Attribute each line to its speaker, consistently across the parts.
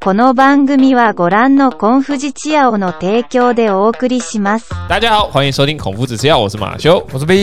Speaker 1: この番組はご覧のコンフジチアオの提供でお送りします。
Speaker 2: 大家好，欢迎收听《孔夫子吃药》，我是马修。
Speaker 3: 我是 B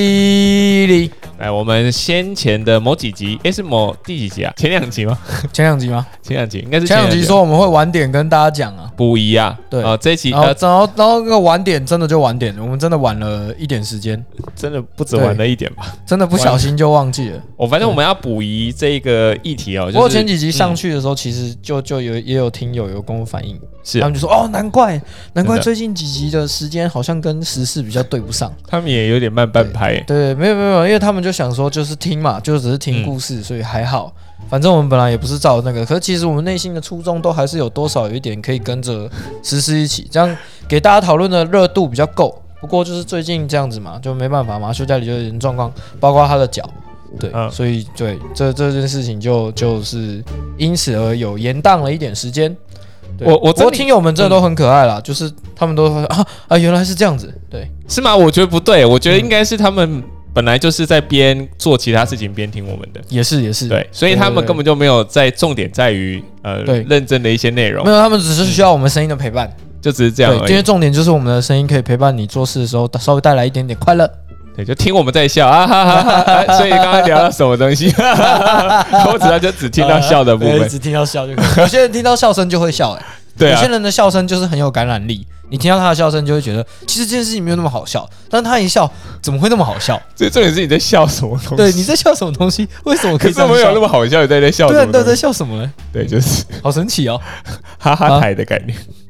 Speaker 3: 哩，
Speaker 2: 来，我们先前的某几集，诶，是某第几集啊？前两集吗？
Speaker 3: 前两集吗？
Speaker 2: 前两集应该是
Speaker 3: 前两
Speaker 2: 两
Speaker 3: 集说我们会晚点跟大家讲啊，
Speaker 2: 补遗啊，
Speaker 3: 对
Speaker 2: 啊、这一集
Speaker 3: 然后
Speaker 2: 呃
Speaker 3: 然后然后那个晚点真的就晚点，我们真的晚了一点时间，
Speaker 2: 真的不止玩了一点吧。哦
Speaker 3: 真的不小心就忘记了。
Speaker 2: 我、反正
Speaker 3: 对
Speaker 2: 我们要补遗这个议题哦，
Speaker 3: 不
Speaker 2: 就是
Speaker 3: 过前几集上
Speaker 2: 嗯
Speaker 3: 去的时候，其实就就有也有听友有跟我反映，
Speaker 2: 是
Speaker 3: 他们就说哦，难怪难怪
Speaker 2: 真的
Speaker 3: 最近几集的时间好像跟时事比较对不上。
Speaker 2: 他们也有点慢半拍，
Speaker 3: 对，没有没有没有，因为他们就想说就是听嘛，就只是听故
Speaker 2: 嗯
Speaker 3: 事，所以还好。反正我们本来也不是照那个，可是其实我们内心的初衷都还是有多少有一点可以跟着实施一起，这样给大家讨论的热度比较够。不过就是最近这样子嘛，就没办法嘛，休假里就有点状况，包括他的脚，对，
Speaker 2: 嗯
Speaker 3: 所以对这这件事情就就是因此而有延宕了一点时间。对
Speaker 2: 我我
Speaker 3: 不过
Speaker 2: 真的
Speaker 3: 听友们真的都很可爱啦，就是他们都会啊啊原来是这样子，对，
Speaker 2: 是吗？我觉得不对，我觉得应该是他们本来就是在边做其他事情边听我们的。
Speaker 3: 也是也是，
Speaker 2: 对，所以他
Speaker 3: 嗯对
Speaker 2: 们
Speaker 3: 对
Speaker 2: 根本就没有在重点在于呃
Speaker 3: 对
Speaker 2: 认真的一些内容
Speaker 3: 没，有，他们只是需要我们声音的陪伴。
Speaker 2: 就只是这样
Speaker 3: 对，
Speaker 2: 嗯啊而
Speaker 3: 今天
Speaker 2: 已。
Speaker 3: 重点就是我们的声音可以陪伴你做事的时候，稍微带来一点点快乐。
Speaker 2: 对，就听我们在笑啊哈哈哈哈。啊所以刚刚聊到什么东西？ 我只要就只听到笑的部分。
Speaker 3: 哎只听到笑就可 以。有些人听到笑声就会笑、哎，
Speaker 2: 对
Speaker 3: 有
Speaker 2: 啊
Speaker 3: 些，人的笑声就是很有感染力。你听到他的笑声，就会觉得其实这件事情没有那么好笑，但他一笑，怎么会那么好笑？
Speaker 2: 最重点是你在笑什么东
Speaker 3: 对，
Speaker 2: 西？
Speaker 3: 你在笑什么东西？为什么可
Speaker 2: 可
Speaker 3: 以
Speaker 2: 是
Speaker 3: 这样
Speaker 2: 没有
Speaker 3: 笑啊
Speaker 2: 那？ 么好笑，你在在笑
Speaker 3: 对啊
Speaker 2: 什，
Speaker 3: 你
Speaker 2: 么
Speaker 3: 到底
Speaker 2: 东
Speaker 3: 在
Speaker 2: 西？
Speaker 3: 笑什么呢？
Speaker 2: 对，就是
Speaker 3: 好神奇哦！
Speaker 2: 哈哈台的概念。
Speaker 3: 啊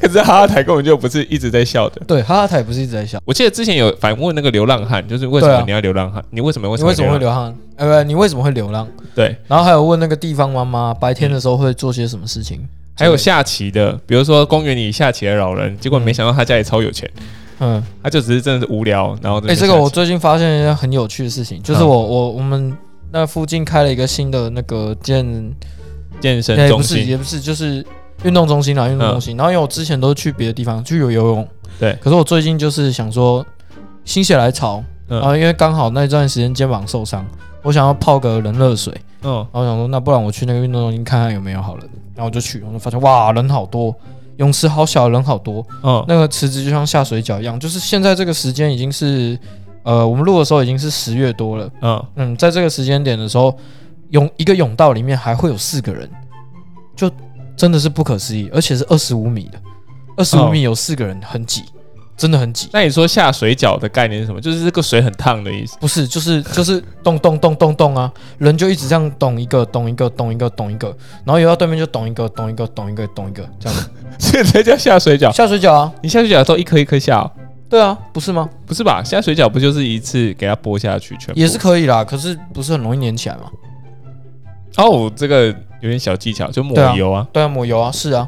Speaker 2: 可是哈哈台根本就不是一直在笑的。
Speaker 3: 对，哈哈台不是一直在笑，
Speaker 2: 我记得之前有反问那个流浪汉，就是为什
Speaker 3: 对
Speaker 2: 么
Speaker 3: 啊
Speaker 2: 你要流浪汉？你为什么为
Speaker 3: 你
Speaker 2: 什么
Speaker 3: 为什么会流浪？呃，不，你为什么会流浪？
Speaker 2: 浪？对，
Speaker 3: 然后还有问那个地方妈妈，白天的时候会做些什么事情？
Speaker 2: 还有下棋的，比如说公园里下棋的老人，结果没想到他家里超有钱，
Speaker 3: 嗯，
Speaker 2: 他就只是真的是无聊，然后哎
Speaker 3: 哎、这个我最近发现一件很有趣的事情，
Speaker 2: 嗯
Speaker 3: 就是我、我我们那附近开了一个新的那个健，
Speaker 2: 健身
Speaker 3: 哎、
Speaker 2: 中
Speaker 3: 不是
Speaker 2: 心嗯
Speaker 3: 也不是，就是运动中心啦，运动中心。然后因为我之前都是去别的地方去游游泳，
Speaker 2: 对
Speaker 3: 可是我最近就是想说心血来潮，
Speaker 2: 嗯
Speaker 3: 然后因为刚好那段时间肩膀受伤，我想要泡个冷热水，
Speaker 2: 嗯
Speaker 3: 然后想说那不然我去那个运动中心看看有没有好了。然后我就去，我就发现哇人好多，泳池好小，人好多。
Speaker 2: 嗯
Speaker 3: 那个池子就像下水饺一样，就是现在这个时间已经是，呃，我们录的时候已经是十月多了，
Speaker 2: 嗯，
Speaker 3: 嗯，在这个时间点的时候，泳一个泳道里面还会有四个人，就真的是不可思议，而且是二十五米的，二十
Speaker 2: 哦
Speaker 3: 五米有四个人，很挤，真的很挤，
Speaker 2: 那你说下水饺的概念是什么？就是这个水很烫的意思。
Speaker 3: 不是，就是就是咚咚咚咚咚啊，人就一直这样咚一个咚一个咚一个咚一个，然后游到对面就咚一个咚一个咚一个咚一个这样子，
Speaker 2: 这才叫下水饺。
Speaker 3: 下水饺啊，
Speaker 2: 你下水饺都一颗一颗下、哦，
Speaker 3: 对啊，不是吗？
Speaker 2: 不是吧？下水饺不就是一次给它剥下去全部？
Speaker 3: 也是可以啦，可是不是很容易粘起来吗？
Speaker 2: 哦，这个有点小技巧，就抹
Speaker 3: 对啊
Speaker 2: 油啊，
Speaker 3: 对啊，抹油啊，是啊，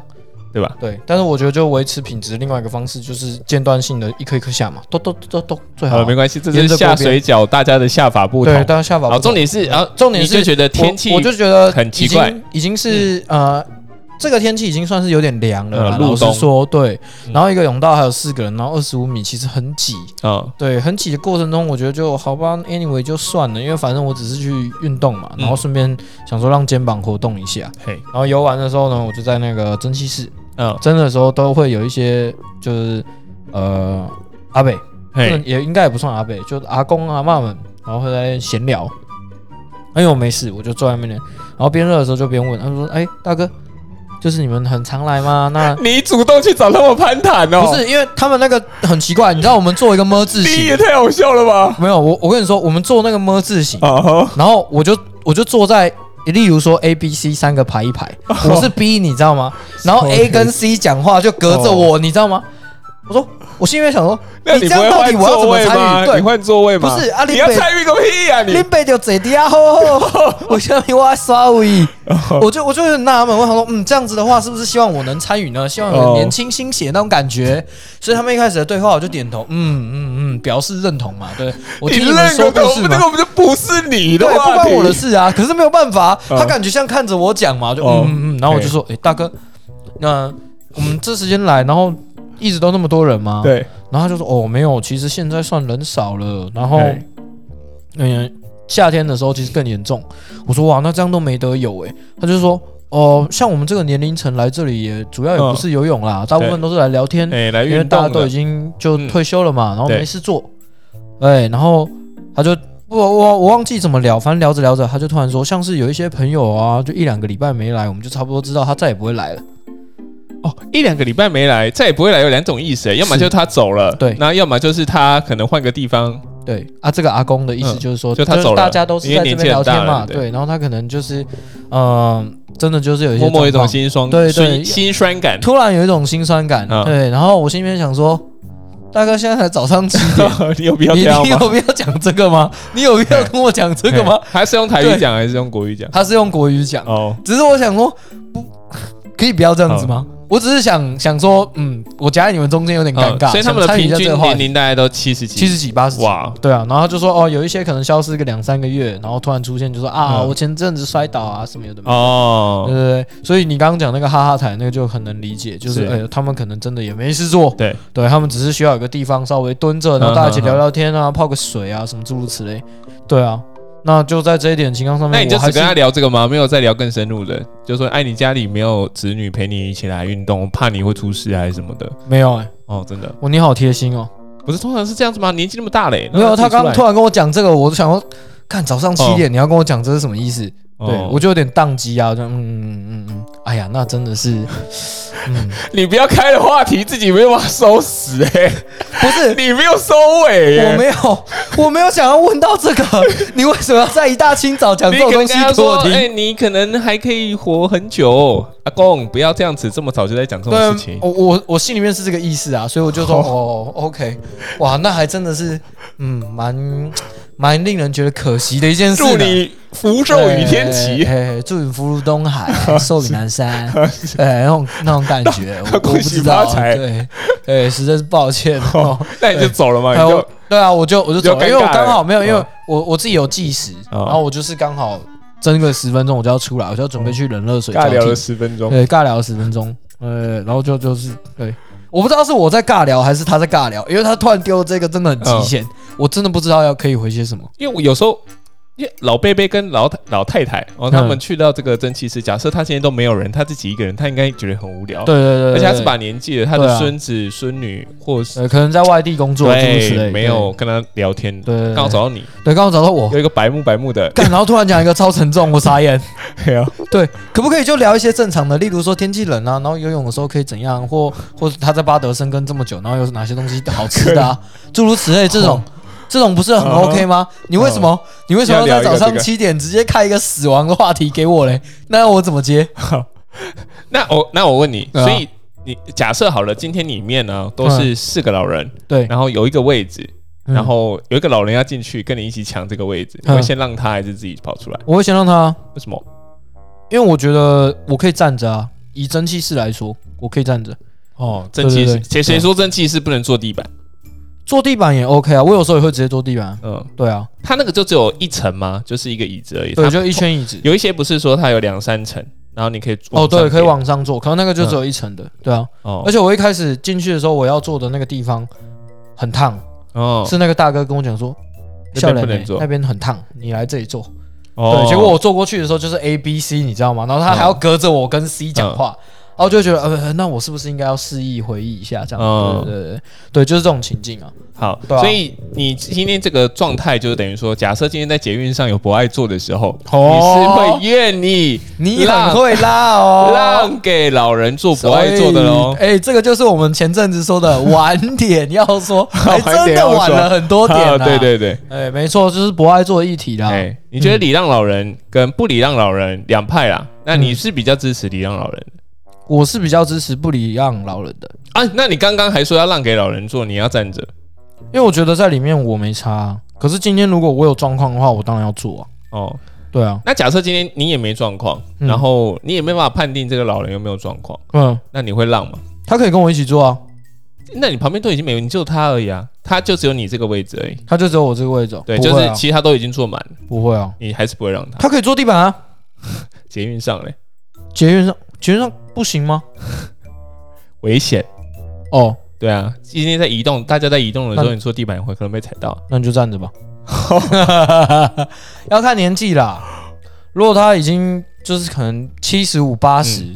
Speaker 2: 对吧？
Speaker 3: 对。但是我觉得就维持品质，另外一个方式就是间断性的一颗一颗下嘛，咚咚咚咚咚，最
Speaker 2: 好
Speaker 3: 好
Speaker 2: 了，
Speaker 3: 啊。
Speaker 2: 没关系，这就
Speaker 3: 沿
Speaker 2: 是
Speaker 3: 着
Speaker 2: 下
Speaker 3: 锅边
Speaker 2: 水饺大家的下法不同。
Speaker 3: 对，大家下法
Speaker 2: 好，
Speaker 3: 不同。
Speaker 2: 重点是，然后
Speaker 3: 重点
Speaker 2: 你就是觉得天气
Speaker 3: 我，我就觉得
Speaker 2: 很奇怪
Speaker 3: 已经，已经是呃，这个天气已经算是有点凉了啦。
Speaker 2: 呃入
Speaker 3: 老实
Speaker 2: 冬
Speaker 3: 说，对
Speaker 2: 嗯。
Speaker 3: 然后一个泳道还有四个人，然后二十五米，其实很挤。
Speaker 2: 嗯
Speaker 3: 对，很挤的过程中，我觉得就好吧，anyway 就算了，因为反正我只是去运动嘛，然后
Speaker 2: 嗯
Speaker 3: 顺便想说让肩膀活动一下。
Speaker 2: 嘿
Speaker 3: 然后游完的时候呢，我就在那个蒸汽室，
Speaker 2: 嗯
Speaker 3: 真的时候都会有一些就是呃阿北，不
Speaker 2: 嘿
Speaker 3: 能也应该也不算阿北，就是阿公阿嬷们，然后会在那边闲聊。因为我没事，我就坐在那边，然后边热的时候就边问，他们说：“哎、大哥，就是你们很常来吗？”那
Speaker 2: 你主动去找他们攀谈 哦，
Speaker 3: 不是因为他们那个很奇怪，你知道我们做一个么字
Speaker 2: 你也
Speaker 3: 形，
Speaker 2: 太好笑了吧？
Speaker 3: 没有我我跟你说，我们做那个么 字形，
Speaker 2: 哦，
Speaker 3: 然后我就我就坐在，例如说 A、B、C 三个排一 排，我是 B，你知道吗？然后 A 跟 C 讲话就隔着我，你知道吗？我说我心里面想说，
Speaker 2: 哦 那
Speaker 3: 这
Speaker 2: 不
Speaker 3: 样
Speaker 2: 会
Speaker 3: 到底
Speaker 2: 换
Speaker 3: 我要怎
Speaker 2: 座
Speaker 3: 么
Speaker 2: 位吗？
Speaker 3: 参与？
Speaker 2: 你
Speaker 3: 对，
Speaker 2: 换座位吗？
Speaker 3: 不是啊
Speaker 2: 你
Speaker 3: 林
Speaker 2: 要
Speaker 3: 北
Speaker 2: 参与个屁呀、
Speaker 3: 林
Speaker 2: 你！
Speaker 3: 北就坐底啊，吼吼 吼，我下面我要刷位，
Speaker 2: 哦
Speaker 3: 我就我就有点纳闷，我想说，嗯，这样子的话，是不是希望我能参与呢？希望
Speaker 2: 哦
Speaker 3: 有年轻新血那种感觉。所以他们一开始的对话，我就点头，嗯嗯嗯，表示认同嘛。对我听
Speaker 2: 你
Speaker 3: 你们
Speaker 2: 认
Speaker 3: 说
Speaker 2: 个
Speaker 3: 故
Speaker 2: 头，
Speaker 3: 事
Speaker 2: 那
Speaker 3: 嘛
Speaker 2: 个。不就不是你的
Speaker 3: 对，不
Speaker 2: 话
Speaker 3: 关
Speaker 2: 题？
Speaker 3: 我的 事啊。可是没有办法，
Speaker 2: 嗯
Speaker 3: 他感觉像看着我讲嘛，就
Speaker 2: 哦
Speaker 3: 嗯嗯嗯，然后我就说，哎、大哥，那、我们这时间来，然后一直都那么多人吗？。
Speaker 2: 对，
Speaker 3: 然后他就说，哦，没有，其实现在算人少了。然后呃
Speaker 2: 对，
Speaker 3: 嗯，夏天的时候其实更严重。我说，哇，那这样都没得有哎、他就说。哦，像我们这个年龄层来这里也
Speaker 2: 嗯
Speaker 3: 主要也不是游泳啦，大部分都是来聊天，
Speaker 2: 哎，来
Speaker 3: 因为
Speaker 2: 运
Speaker 3: 大家
Speaker 2: 动
Speaker 3: 都已
Speaker 2: 的，
Speaker 3: 经就
Speaker 2: 嗯
Speaker 3: 退休了嘛，然后
Speaker 2: 对
Speaker 3: 没事做，哎，然后他就我我我忘记怎么聊，反正聊着聊着，他就突然说，像是有一些朋友啊，就一两个礼拜没来，我们就差不多知道他再也不会来了。
Speaker 2: 哦，一两个礼拜没来，再也不会来，有两种意思，哎要么
Speaker 3: 是
Speaker 2: 就他走了，
Speaker 3: 对
Speaker 2: 那要么就是他可能换个地方，
Speaker 3: 对啊，这个阿公的意思
Speaker 2: 嗯
Speaker 3: 就是说，
Speaker 2: 就他
Speaker 3: 是
Speaker 2: 走了
Speaker 3: 大家都是在这边聊天
Speaker 2: 因为年纪很大
Speaker 3: 嘛，
Speaker 2: 了对
Speaker 3: 对，然后他可能就是，嗯、真的就是有一些
Speaker 2: 默默有一
Speaker 3: 状
Speaker 2: 种
Speaker 3: 况
Speaker 2: 心酸，
Speaker 3: 对对
Speaker 2: 心心酸感，
Speaker 3: 突然有一种心酸感，
Speaker 2: 嗯
Speaker 3: 对，然后我心里面想说，大哥现在才早上七点，
Speaker 2: 你有必 要
Speaker 3: 你
Speaker 2: 这样
Speaker 3: 你有
Speaker 2: 吗？
Speaker 3: 必要讲这个吗？你有必要跟我讲这个吗？
Speaker 2: 嘿？他是用台语讲还是用国语讲？
Speaker 3: 他是用国语讲，
Speaker 2: 哦，
Speaker 3: 只是我想说，不可以不要这样子吗？我只是想想说，嗯，我夹在你们中间有点尴尬，
Speaker 2: 嗯所以他们的
Speaker 3: 想参与一
Speaker 2: 平
Speaker 3: 下这
Speaker 2: 均
Speaker 3: 个话
Speaker 2: 年
Speaker 3: 题。
Speaker 2: 龄大概都七十几，
Speaker 3: 七十几、八十几，
Speaker 2: 哇，
Speaker 3: 对啊，然后他就说哦，有一些可能消失个两三个月，然后突然出现，就说啊，
Speaker 2: 嗯
Speaker 3: 我前阵子摔倒啊，什么有的没的对
Speaker 2: 哦，
Speaker 3: 对对，所以你刚刚讲那个哈哈台，那个就很能理解，就是
Speaker 2: 是
Speaker 3: 呃、他们可能真的也没事做，
Speaker 2: 对
Speaker 3: 对，他们只是需要有个地方稍微蹲着，然后大家一起
Speaker 2: 嗯嗯嗯
Speaker 3: 聊聊天啊，泡个水啊，什么诸如此类，对啊，那就在这一点情况上面，
Speaker 2: 那你就
Speaker 3: 我还
Speaker 2: 只
Speaker 3: 是
Speaker 2: 跟他聊这个吗？没有再聊更深入的，就说哎，你家里没有子女陪你一起来运动，怕你会出事还是什么的？
Speaker 3: 没有哎、
Speaker 2: 哦，真的
Speaker 3: 我你好贴心哦，
Speaker 2: 不是通常是这样子吗？年纪那么大嘞，
Speaker 3: 没有，他刚刚突
Speaker 2: 然
Speaker 3: 然跟我讲这个，我就想说，看早上七
Speaker 2: 哦
Speaker 3: 点、你要跟我讲这是什么意思？对我就有点宕机啊，我就嗯嗯嗯嗯，哎呀，那真 的是，嗯，
Speaker 2: 你不要开了话题，自己没有办法收拾哎，
Speaker 3: 不是，
Speaker 2: 你没有收尾
Speaker 3: 嗯我
Speaker 2: 哎。
Speaker 3: 没有，我没有想要问到这个， 你为什么要在一大清早讲这
Speaker 2: 你
Speaker 3: 种
Speaker 2: 可
Speaker 3: 东
Speaker 2: 能
Speaker 3: 西
Speaker 2: 跟他
Speaker 3: 给
Speaker 2: 说
Speaker 3: 我：“
Speaker 2: 哎、
Speaker 3: 听？
Speaker 2: 你可能还可以活很久，阿公，不要这样子，这么早就在讲这种事情
Speaker 3: 对，。我我我心里面是这个意思啊，所以 我就说哦，OK，哇，那还真的是，嗯，蛮蛮令人觉得可惜的一件事呢。
Speaker 2: 祝你福寿与天齐。
Speaker 3: 哎，哎祝你福如东海， 寿比南山， 哎，那种那种感 觉，我我不
Speaker 2: 恭喜
Speaker 3: 知道
Speaker 2: 发财
Speaker 3: 对，对，实在是抱歉哦。
Speaker 2: 那你就走了嘛？
Speaker 3: 哎
Speaker 2: 你
Speaker 3: 我
Speaker 2: 就
Speaker 3: 对啊，我就我就走
Speaker 2: 你就尴尬
Speaker 3: 了，因为我刚好
Speaker 2: 了
Speaker 3: 没有，因为
Speaker 2: 嗯
Speaker 3: 我我自己有计时，
Speaker 2: 嗯
Speaker 3: 然后我就是刚好争个十分钟，我就要出来，我就要准备去冷热水
Speaker 2: 哦尬聊
Speaker 3: 交
Speaker 2: 了
Speaker 3: 替
Speaker 2: 十分钟，
Speaker 3: 对，尬聊十分钟，呃，然后就就是对，我不知道是我在尬聊还是他在尬聊，因为他突然丢这个真的很
Speaker 2: 哦
Speaker 3: 极限，我真的不知道要可以回些什么。
Speaker 2: 因为我有时候。因为老贝贝跟老太老太太，
Speaker 3: 嗯
Speaker 2: 哦，他们去到这个蒸汽室，假设他现在都没有人，他自己一个人，他应该觉得很无聊。
Speaker 3: 对，对对，
Speaker 2: 而且他
Speaker 3: 对
Speaker 2: 是把年纪了，他
Speaker 3: 对
Speaker 2: 的
Speaker 3: 啊
Speaker 2: 孙子孙女或是
Speaker 3: 呃可能在外地工作诸如此类，
Speaker 2: 没有跟他聊天，
Speaker 3: 对对，对
Speaker 2: 刚好找到你，
Speaker 3: 对，刚好找到我
Speaker 2: 有。一个白目白目的，
Speaker 3: 干，然后突然讲一个超沉重，我傻眼。
Speaker 2: 对啊，
Speaker 3: 对，可不可以就聊一些正常的，例如说天气冷啊，然后游泳的时候可以怎样，或或是他在巴德生根这么久，然后有哪些东西好吃的 啊，诸如此类这种。这种不是很
Speaker 2: 嗯
Speaker 3: OK 吗？你为什么、你为什么要
Speaker 2: 啊要聊
Speaker 3: 在
Speaker 2: 一个
Speaker 3: 早
Speaker 2: 这
Speaker 3: 上
Speaker 2: 个
Speaker 3: 七点直接开一个死亡的话题给我嘞？那要我怎 么接？
Speaker 2: 那我那我问你，
Speaker 3: 对啊嗯
Speaker 2: 所以你假设好了，今天里面呢都是四个老人，
Speaker 3: 对，
Speaker 2: 然后有一个位置，
Speaker 3: 嗯
Speaker 2: 然后有一个老人要进去跟你一起抢这个位置，你
Speaker 3: 嗯
Speaker 2: 会先让他还是自己跑出来？
Speaker 3: 我会先让他，
Speaker 2: 为什么？
Speaker 3: 因为我觉得我可以站着啊。以蒸汽室来说，我可以站着
Speaker 2: 哦，蒸汽
Speaker 3: 对
Speaker 2: 室
Speaker 3: 对对
Speaker 2: 谁谁说蒸汽室不能坐地板？
Speaker 3: 坐地板也 OK 啊。我有时候也会直接坐地板啊。
Speaker 2: 嗯，
Speaker 3: 对啊，
Speaker 2: 它那个就只有一层吗？就是一个椅子而已。
Speaker 3: 对，
Speaker 2: 它
Speaker 3: 就一圈椅子。
Speaker 2: 有一些不是说它有两三层，然后你可以
Speaker 3: 哦，对，可以
Speaker 2: 往
Speaker 3: 往上坐，可能那个就只有一层的。对啊，
Speaker 2: 上哦
Speaker 3: 而且我一开始进去的时候，我要坐的那个地方很烫，
Speaker 2: 哦
Speaker 3: 是那个大哥跟我讲说，
Speaker 2: 那边
Speaker 3: 笑脸
Speaker 2: 不能
Speaker 3: 欸
Speaker 2: 坐
Speaker 3: 那边很烫，你来这里坐。
Speaker 2: 哦嗯
Speaker 3: 对，结果我坐过去的时候就是 A、B、C，你知道吗？然后他还要隔着我跟 C 讲话，然后就觉得呃，那我是不是应该要示意回忆一下这样？
Speaker 2: 嗯
Speaker 3: 对对对对对，就是这种情境啊。
Speaker 2: 好，
Speaker 3: 对啊
Speaker 2: 所以你今天这个状态就是等于说，假设今天在捷运上有不爱坐的时候，
Speaker 3: 哦
Speaker 2: 你是会愿意
Speaker 3: 你很
Speaker 2: 让
Speaker 3: 会拉哦，
Speaker 2: 让给老人做不
Speaker 3: 所
Speaker 2: 爱
Speaker 3: 以
Speaker 2: 做的喽。
Speaker 3: 哎、这个就是我们前阵子说的晚点要说，还
Speaker 2: 晚
Speaker 3: 真
Speaker 2: 点
Speaker 3: 的
Speaker 2: 要说
Speaker 3: 晚了很多点、啊。
Speaker 2: 啊 对，对对，
Speaker 3: 哎、没错，就是不爱做的议题啦。
Speaker 2: 哎，你觉得礼让老人跟不礼让老人两派啦？那
Speaker 3: 嗯
Speaker 2: 你是比较支持礼让老人的
Speaker 3: 我是比较支持不礼让老人的，
Speaker 2: 啊？那你刚刚还说要让给老人坐，你要站着
Speaker 3: 因为我觉得在里面我没差啊、可是今天如果我有状况的话，我当然要做啊。
Speaker 2: 哦。
Speaker 3: 对啊，
Speaker 2: 那假设今天你也没状况，
Speaker 3: 嗯
Speaker 2: 然后你也没办法判定这个老人有没有状况，
Speaker 3: 嗯，
Speaker 2: 那你会让吗？
Speaker 3: 他可以跟我一起做啊，
Speaker 2: 那你旁边都已经没有，你就他而已啊，他就只有你这个位置而已。
Speaker 3: 他就只有我这个位置哦。
Speaker 2: 对，
Speaker 3: 不
Speaker 2: 就
Speaker 3: 会
Speaker 2: 是
Speaker 3: 啊
Speaker 2: 其他都已经坐满了，
Speaker 3: 不会啊，
Speaker 2: 你还是不会让他
Speaker 3: 他可以坐地板啊，
Speaker 2: 捷运上嘞，
Speaker 3: 捷运上捷运上不行吗？
Speaker 2: 危险。
Speaker 3: 哦，
Speaker 2: 对啊，今天在移动，大家在移动的时候，
Speaker 3: 那
Speaker 2: 你坐地板会可能被踩到。
Speaker 3: 那你就 站着吧，要看年纪啦。如果他已经就是可能七十五八十，
Speaker 2: 嗯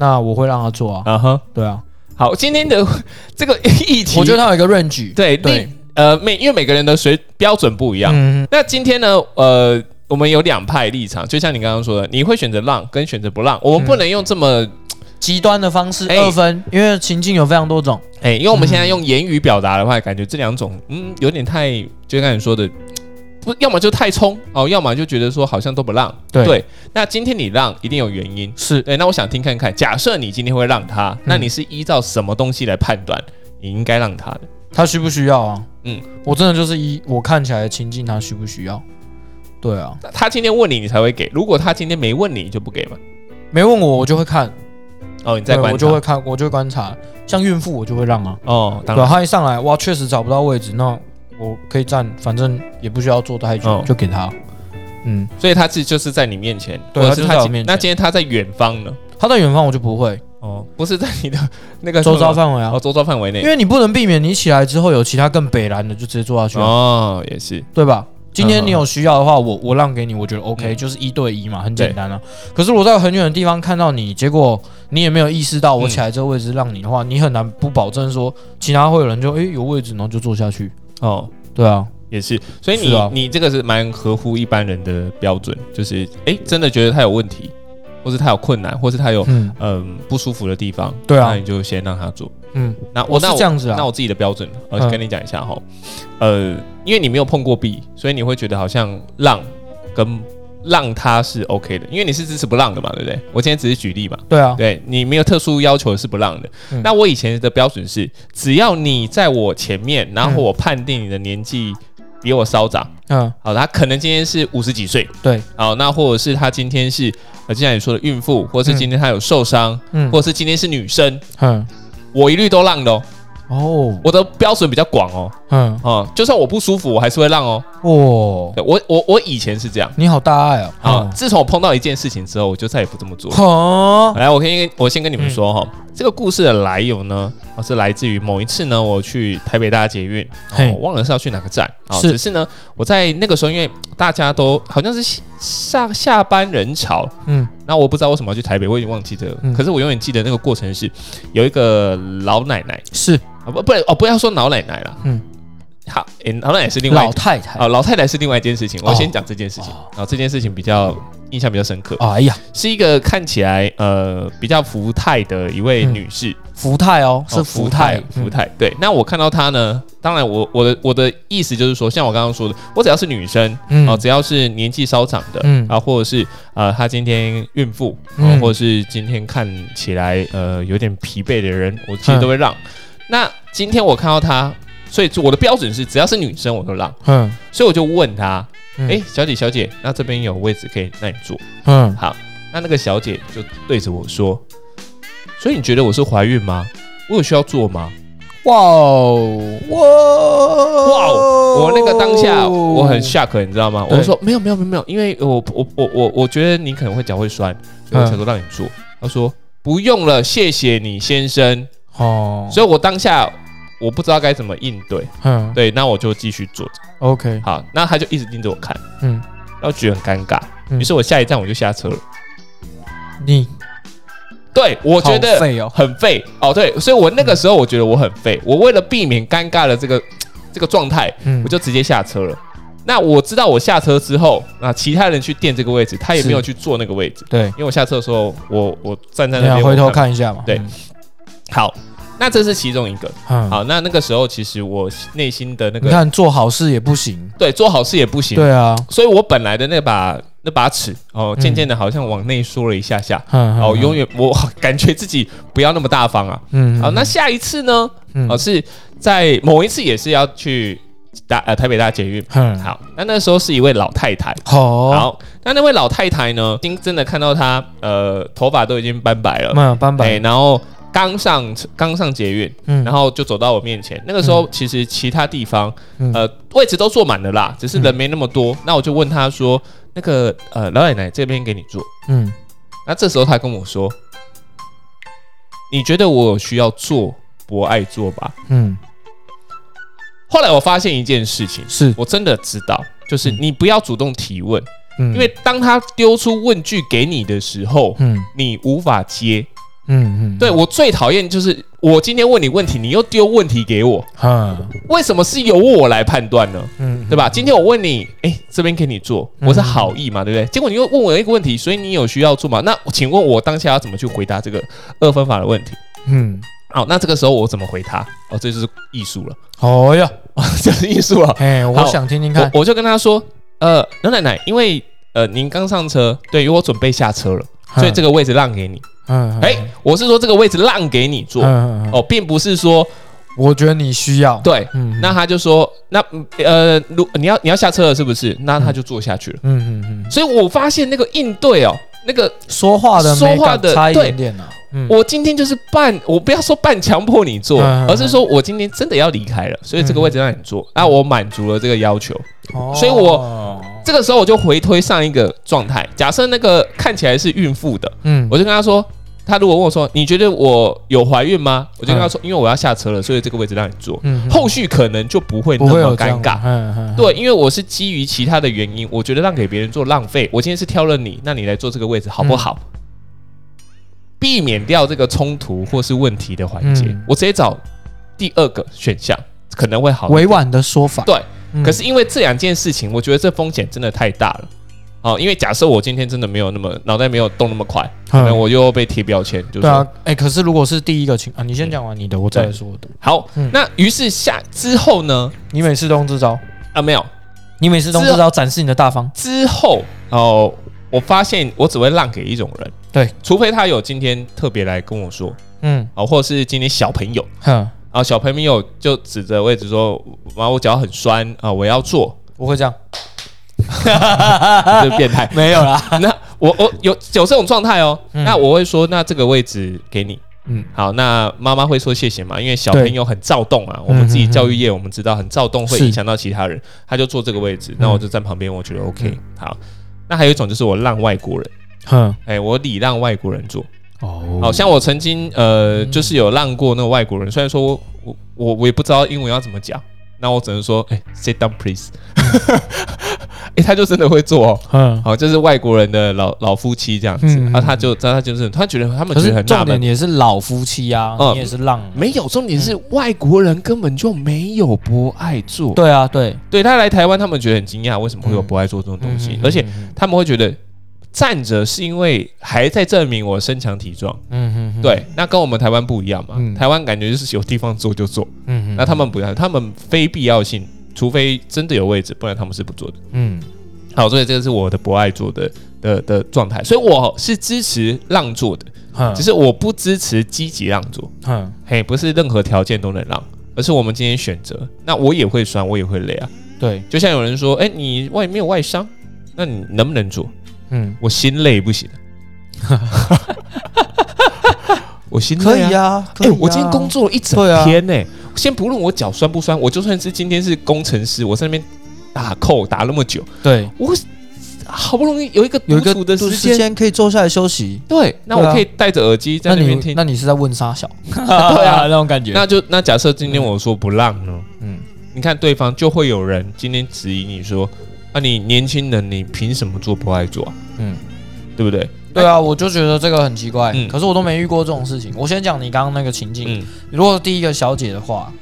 Speaker 3: 那我会让他做啊。
Speaker 2: 啊哈，
Speaker 3: 对啊，
Speaker 2: 好，今天的 这个议题，
Speaker 3: 我觉得他有一个 range。
Speaker 2: 对
Speaker 3: 对
Speaker 2: 另，呃每因为每个人的水标准不一样，
Speaker 3: 嗯，
Speaker 2: 那今天呢，呃，我们有两派立场，就像你刚刚说的，你会选择让跟选择不让，我们不能用这么，
Speaker 3: 极端的方式
Speaker 2: 哎
Speaker 3: 二分，因为情境有非常多种。
Speaker 2: 哎、因为我们现
Speaker 3: 嗯
Speaker 2: 在用言语表达的话，感觉这两种，嗯，有点太，就像你说的，不，要么就太冲哦，要么就觉得说好像都不让。
Speaker 3: 对
Speaker 2: 那今天你让一定有原因。
Speaker 3: 是，
Speaker 2: 对，那我想听看看，假设你今天会让他，那
Speaker 3: 嗯
Speaker 2: 你是依照什么东西来判断你应该让他的？
Speaker 3: 他需不需要啊？
Speaker 2: 嗯
Speaker 3: 嗯，我真的就是一我看起来的情境，他需不需要？对啊，
Speaker 2: 那他今天问你，你才会给；如果他今天没问你，你就不给嘛。
Speaker 3: 没问我我就会看，
Speaker 2: 哦，你再
Speaker 3: 对，
Speaker 2: 观察，
Speaker 3: 我就会看，我就会观察。像孕妇我就会让啊，
Speaker 2: 哦，当
Speaker 3: 对啊，
Speaker 2: 然，
Speaker 3: 他一上来哇，确实找不到位置，那我可以站，反正也不需要坐太久，
Speaker 2: 哦
Speaker 3: 就给他。嗯，
Speaker 2: 所以他自己就是在你面前，
Speaker 3: 对
Speaker 2: 或者是
Speaker 3: 他就在我
Speaker 2: 今
Speaker 3: 面前
Speaker 2: 那今天他在远方呢？
Speaker 3: 他在远方我就不会，
Speaker 2: 哦，不是在哦你的 那个
Speaker 3: 周遭
Speaker 2: 什么
Speaker 3: 范围
Speaker 2: 然
Speaker 3: 啊
Speaker 2: 后，周遭范围内
Speaker 3: 因。为你不能避免你起来之后有其他更北蓝的就直接坐下去啊，
Speaker 2: 哦，也是，
Speaker 3: 对吧？今天你
Speaker 2: 嗯
Speaker 3: 有需要的话，我我让给你，我觉得 OK，、
Speaker 2: 嗯
Speaker 3: 就是一对一嘛，很简单啊。可是我在很远的地方看到你，结果你也没有意识到
Speaker 2: 嗯
Speaker 3: 我起来这个位置让你的话，你很难不保证说其他会有人就诶、有位置，然后就坐下去。
Speaker 2: 哦，
Speaker 3: 对啊，
Speaker 2: 也是。所以你、
Speaker 3: 是啊
Speaker 2: 你这个是蛮合乎一般人的标准，就是诶，真的觉得他有问题，或是他有困难，或是他有
Speaker 3: 嗯
Speaker 2: 嗯不舒服的地方，
Speaker 3: 对啊
Speaker 2: 那你就先让他做。
Speaker 3: 嗯，
Speaker 2: 那我
Speaker 3: 我是
Speaker 2: 那
Speaker 3: 这样子啊
Speaker 2: 那我自己的标准，我
Speaker 3: 嗯
Speaker 2: 跟你讲一下哈，呃，因为你没有碰过壁，所以你会觉得好像让跟让他是 OK 的，因为你是支持不让的嘛，对不对？我今天只是举例嘛，
Speaker 3: 对啊，
Speaker 2: 对你没有特殊要求是不让的。
Speaker 3: 嗯
Speaker 2: 那我以前的标准是，只要你在我前面，然后我判定你的年纪比我稍长，
Speaker 3: 嗯，
Speaker 2: 好，他可能今天是五十几岁，
Speaker 3: 对，
Speaker 2: 好，那或者是他今天是呃，就像你说的孕妇，或是今天他有受伤，
Speaker 3: 嗯，
Speaker 2: 或是今天是女生，
Speaker 3: 嗯，
Speaker 2: 我一律都让的哦。
Speaker 3: 哦，
Speaker 2: 我的标准比较广哦，
Speaker 3: 嗯，
Speaker 2: 哦、就算我不舒服，我还是会让哦。
Speaker 3: 哦，
Speaker 2: 对我我我以前是这样，
Speaker 3: 你好大爱哦。
Speaker 2: 啊、自从我碰到一件事情之后，我就再也不这么做了。
Speaker 3: 哦，嗯
Speaker 2: 来，我先跟我先跟你们说哈、这个故事的来由呢，啊是来自于某一次呢，我去台北大捷运，
Speaker 3: 嘿
Speaker 2: 哦我忘了是要去哪个站啊、
Speaker 3: 是
Speaker 2: 只是呢，我在那个时候，因为大家都好像是下下班人潮，
Speaker 3: 嗯
Speaker 2: 那我不知道为什么要去台北，我已经忘记这个，
Speaker 3: 嗯
Speaker 2: 可是我永远记得那个过程是有一个老奶奶
Speaker 3: 是
Speaker 2: 啊，不不哦，不要说老奶奶啦，嗯
Speaker 3: 嗯，
Speaker 2: 好，诶老奶奶是另外一
Speaker 3: 老太太
Speaker 2: 啊、老太太是另外一件事情，我
Speaker 3: 哦
Speaker 2: 先讲这件事情。啊、
Speaker 3: 哦
Speaker 2: 这件事情比较印象比较深刻，
Speaker 3: 哎呀，
Speaker 2: 是一个看起来呃比较福态的一位女士，
Speaker 3: 福泰
Speaker 2: 哦
Speaker 3: 哦，嗯是福泰，
Speaker 2: 福
Speaker 3: 嗯
Speaker 2: 态、对，那我看到她呢，当然我我的我的意思就是说，像我刚刚说的，我只要是女生，
Speaker 3: 嗯
Speaker 2: 哦，只要是年纪稍长的，
Speaker 3: 嗯
Speaker 2: 啊，或者是呃，她今天孕妇，哦
Speaker 3: 嗯
Speaker 2: 或者是今天看起来呃有点疲惫的人，我其实
Speaker 3: 嗯
Speaker 2: 都会让。那今天我看到她，所以我的标准是，只要是女生我都让，
Speaker 3: 嗯
Speaker 2: 所以我就问她，
Speaker 3: 嗯
Speaker 2: 哎、小姐小姐，那这边有位置可以让你坐。
Speaker 3: 嗯，
Speaker 2: 好，那那个小姐就对着我说，所以你觉得我是怀孕吗？我有需要做吗？
Speaker 3: 哇哦，哇
Speaker 2: 哇
Speaker 3: 哦
Speaker 2: 我那个当下我很 shock，你知道吗？
Speaker 3: 对
Speaker 2: 我说没有没有没有没有，因为我我我我我觉得你可能会脚会酸，所
Speaker 3: 嗯
Speaker 2: 以我才说让你做。她说不用了，谢谢你先生。
Speaker 3: 哦，
Speaker 2: 所以我当下我不知道该怎么应对，
Speaker 3: 嗯
Speaker 2: 对，那我就继续做。
Speaker 3: ，OK，
Speaker 2: 好，那她就一直盯着我看，
Speaker 3: 嗯，
Speaker 2: 然后觉得很尴尬。
Speaker 3: 嗯
Speaker 2: 于是我下一站我就下车了。
Speaker 3: 你
Speaker 2: 对我
Speaker 3: 我
Speaker 2: 觉得
Speaker 3: 废哦，
Speaker 2: 很废哦，对，所以我那个时候我觉得我很废，我为了避免尴尬的这个这个状态，
Speaker 3: 嗯
Speaker 2: 我就直接下车了。那我知道我下车之后，那其他人去垫这个位置，他也没有去坐那个位置，
Speaker 3: 对，
Speaker 2: 因为我下车的时候，我我站在
Speaker 3: 你
Speaker 2: 那
Speaker 3: 要
Speaker 2: 边
Speaker 3: 啊回头
Speaker 2: 我。
Speaker 3: 看一下嘛，
Speaker 2: 对好，那这是其中一个。
Speaker 3: 嗯，嗯，
Speaker 2: 好，那那个时候其实我内心的那
Speaker 3: 你
Speaker 2: 个
Speaker 3: 看做好事也不行，
Speaker 2: 对做好事也不行，
Speaker 3: 嗯对啊，
Speaker 2: 所以我本来的那把那把尺哦，
Speaker 3: 嗯
Speaker 2: 渐渐的好像往内缩了一下下。
Speaker 3: 嗯，
Speaker 2: 哦，永
Speaker 3: 远，
Speaker 2: 远我感觉自己不要那么大方啊。
Speaker 3: 嗯，
Speaker 2: 好，那下一次呢？
Speaker 3: 嗯
Speaker 2: 哦，，是在某一次也是要去大呃台北大捷运。
Speaker 3: 嗯，哦
Speaker 2: 好，那那时候是一位老太太。
Speaker 3: 好，
Speaker 2: 好，那那位老太太呢，已经真的看到她呃头发都已经斑白了，
Speaker 3: 那斑
Speaker 2: 哎、
Speaker 3: 板，
Speaker 2: 然后刚上刚上捷运，
Speaker 3: 嗯
Speaker 2: 然后就走到我面前。那个时候其实其他地方、
Speaker 3: 嗯
Speaker 2: 呃位置都坐满了啦，只是人没那么多。那我就问她说，那个呃老奶奶这边给你坐。
Speaker 3: 嗯，
Speaker 2: 那这时候她跟我说，你觉得我有需要做不爱做吧？
Speaker 3: 嗯，
Speaker 2: 后来我发现一件事情，
Speaker 3: 是，
Speaker 2: 我真的知道，就是你不要主动提问，
Speaker 3: 嗯
Speaker 2: 因为当他丢出问句给你的时候，
Speaker 3: 嗯
Speaker 2: 你无法接。
Speaker 3: 嗯嗯，
Speaker 2: 对我最讨厌就是我今天问你问题，你又丢问题给我，
Speaker 3: 哈，
Speaker 2: 为什么是由我来判断呢？
Speaker 3: 嗯，
Speaker 2: 对吧？今天我问你，哎、这边给你做，我是好意嘛，对不对？结果你又问我一个问题，所以你有需要做吗？那请问我当下要怎么去回答这个二分法的问题？
Speaker 3: 嗯，
Speaker 2: 好、那这个时候我怎么回他？哦，这就是艺术了，
Speaker 3: 哦呀，
Speaker 2: 这是艺术了。
Speaker 3: 嘿，我
Speaker 2: 好
Speaker 3: 想听听看，
Speaker 2: 我我就跟他说，呃，牛奶奶，因为呃您刚上车，对，因为我准备下车了，所以这
Speaker 3: 个，
Speaker 2: 个位置让给你。
Speaker 3: 嗯，
Speaker 2: 哎、我是说这个位置让给你坐、
Speaker 3: 嗯，
Speaker 2: 哦，并不是说
Speaker 3: 我觉得你需要，
Speaker 2: 对。
Speaker 3: 嗯，
Speaker 2: 那他就说，那嗯呃，如你要你要下车了是不是？那他就坐下去了。
Speaker 3: 嗯嗯嗯，
Speaker 2: 所以我发现那个应对哦，那个
Speaker 3: 说话的美感差一点点呢，嗯，
Speaker 2: 我今天就是半，我不要说半强迫你做，
Speaker 3: 嗯嗯嗯嗯
Speaker 2: 而是说我今天真的要离开了，所以这个位置让你坐。那、我满足了这个要求，所以
Speaker 3: 我，
Speaker 2: 这个时候我就回推上一个状态。假设那个看起来是孕妇的，
Speaker 3: 嗯，
Speaker 2: 我就跟她说，她如果问我说你觉得我有怀孕吗？我就跟她说，因为我要下车了，所以这个位置让你坐。
Speaker 3: 嗯，
Speaker 2: 后续可能就不会那
Speaker 3: 不会
Speaker 2: 么
Speaker 3: 有
Speaker 2: 尴尬。
Speaker 3: 嗯嗯，，
Speaker 2: 对，因为我是基于其他的原因，我觉得让给别人做浪费。我今天是挑了你，那你来做这个位置好不好？避免掉这个冲突或是问题的环节，
Speaker 3: 嗯
Speaker 2: 我直接找第二个选项可能会好一点。
Speaker 3: 委婉的说法，
Speaker 2: 对，
Speaker 3: 嗯
Speaker 2: 可是因为这两件事情，我觉得这风险真的太大了。哦，因为假设我今天真的没有那么脑袋没有动那么快，可能我又被贴标签，就是
Speaker 3: 嗯对啊，哎、可是如果是第一个情啊，你先讲完你的，我再来说我的。
Speaker 2: 好。
Speaker 3: 嗯
Speaker 2: 那于是下之后呢？
Speaker 3: 你每次都用这招，
Speaker 2: 啊，没有
Speaker 3: 你每次都用
Speaker 2: 啊
Speaker 3: 这招展示你的大方。
Speaker 2: 之后哦，我发现我只会让给一种人，
Speaker 3: 对，
Speaker 2: 除非他有今天特别来跟我说
Speaker 3: 嗯，
Speaker 2: 啊、或者是今天小朋友
Speaker 3: 哼，
Speaker 2: 啊、小朋友就指着位置说：“妈，我脚很酸啊、我要 坐。
Speaker 3: 我会这 样，”。
Speaker 2: 这是变态
Speaker 3: 没有啦。
Speaker 2: 那我我有有这种状态哦，那我会说，那这个位置给你。
Speaker 3: 嗯
Speaker 2: 嗯，好，那妈妈会说谢谢嘛，因为小朋友很躁动啊，我们
Speaker 3: 嗯
Speaker 2: 自己教育业我们知道很躁动会
Speaker 3: 是嗯
Speaker 2: 影响到其他人，他就坐这个位置，那我就站旁边，我觉得 OK。好，那还有一种就是我让外国人。
Speaker 3: 哼，
Speaker 2: 哎、我礼让外国人做，
Speaker 3: 哦 嗯
Speaker 2: 好、像我曾经呃，就是有让过那个外国人，虽然说我我我我也不知道英文要怎么讲，那我只能说，哎、s i t down please，哎、他就真的会做哦，
Speaker 3: 哼。
Speaker 2: 好，就是外国人的老老夫妻这样子，
Speaker 3: 嗯
Speaker 2: 啊，他就他他就是他觉得他们觉
Speaker 3: 可
Speaker 2: 得
Speaker 3: 是
Speaker 2: 很纳
Speaker 3: 重点
Speaker 2: 闷，
Speaker 3: 也是老夫妻啊，
Speaker 2: 嗯
Speaker 3: 你也是浪啊。
Speaker 2: 没有，重点是外国人根本就没有不爱做，
Speaker 3: 对嗯啊，对，
Speaker 2: 对他来台湾，他们觉得很惊讶，为什么会有不爱做这种东西，嗯而且
Speaker 3: 嗯
Speaker 2: 他们会觉得站着是因为还在证明我身强体壮。
Speaker 3: 嗯哼哼，
Speaker 2: 对，那跟我们台湾不一样嘛。
Speaker 3: 嗯
Speaker 2: 台湾感觉就是有地方坐就坐，
Speaker 3: 嗯哼，
Speaker 2: 那他们不要，他们非必要性，除非真的有位置，不然他们是不坐的。
Speaker 3: 嗯
Speaker 2: 好，所以这个是我的不爱坐的的的状态，所以我是支持让座的，
Speaker 3: 哼
Speaker 2: 只是我不支持积极让座。
Speaker 3: 哼
Speaker 2: 嘿，不是任何条件都能让，而是我们今天选择。那我也会酸，我也会累啊。
Speaker 3: 对，
Speaker 2: 就像有人说，哎、你外没有外伤，那你能不能坐？
Speaker 3: 嗯，
Speaker 2: 我心累 不行。我心累、
Speaker 3: 可以啊。
Speaker 2: 哎、我今天工作
Speaker 3: 作
Speaker 2: 了一整
Speaker 3: 对啊
Speaker 2: 天呢、先不论我脚酸不酸，我就算是今天是工程师，我在那边打扣打那么久，
Speaker 3: 对，
Speaker 2: 我好不容易有一个
Speaker 3: 有
Speaker 2: 独
Speaker 3: 一个
Speaker 2: 处的
Speaker 3: 时
Speaker 2: 时间，
Speaker 3: 可以坐下来休息。
Speaker 2: 对，那
Speaker 3: 对啊
Speaker 2: 我可以戴着耳机在
Speaker 3: 那
Speaker 2: 那
Speaker 3: 你
Speaker 2: 边听。
Speaker 3: 那你是在问沙小？ 对
Speaker 2: 啊
Speaker 3: 那种感觉。
Speaker 2: 那就那假设今天我说不让呢？
Speaker 3: 嗯
Speaker 2: 你看对方就会有人今天质疑你说，啊，你年轻人，你凭什么做不爱做啊、
Speaker 3: 嗯，
Speaker 2: 对不对？
Speaker 3: 对啊，我就觉得这个很奇怪，
Speaker 2: 嗯
Speaker 3: 可是我都没遇过这种事情。我先讲你刚刚那个情境，
Speaker 2: 嗯，
Speaker 3: 如果第一个小姐的话，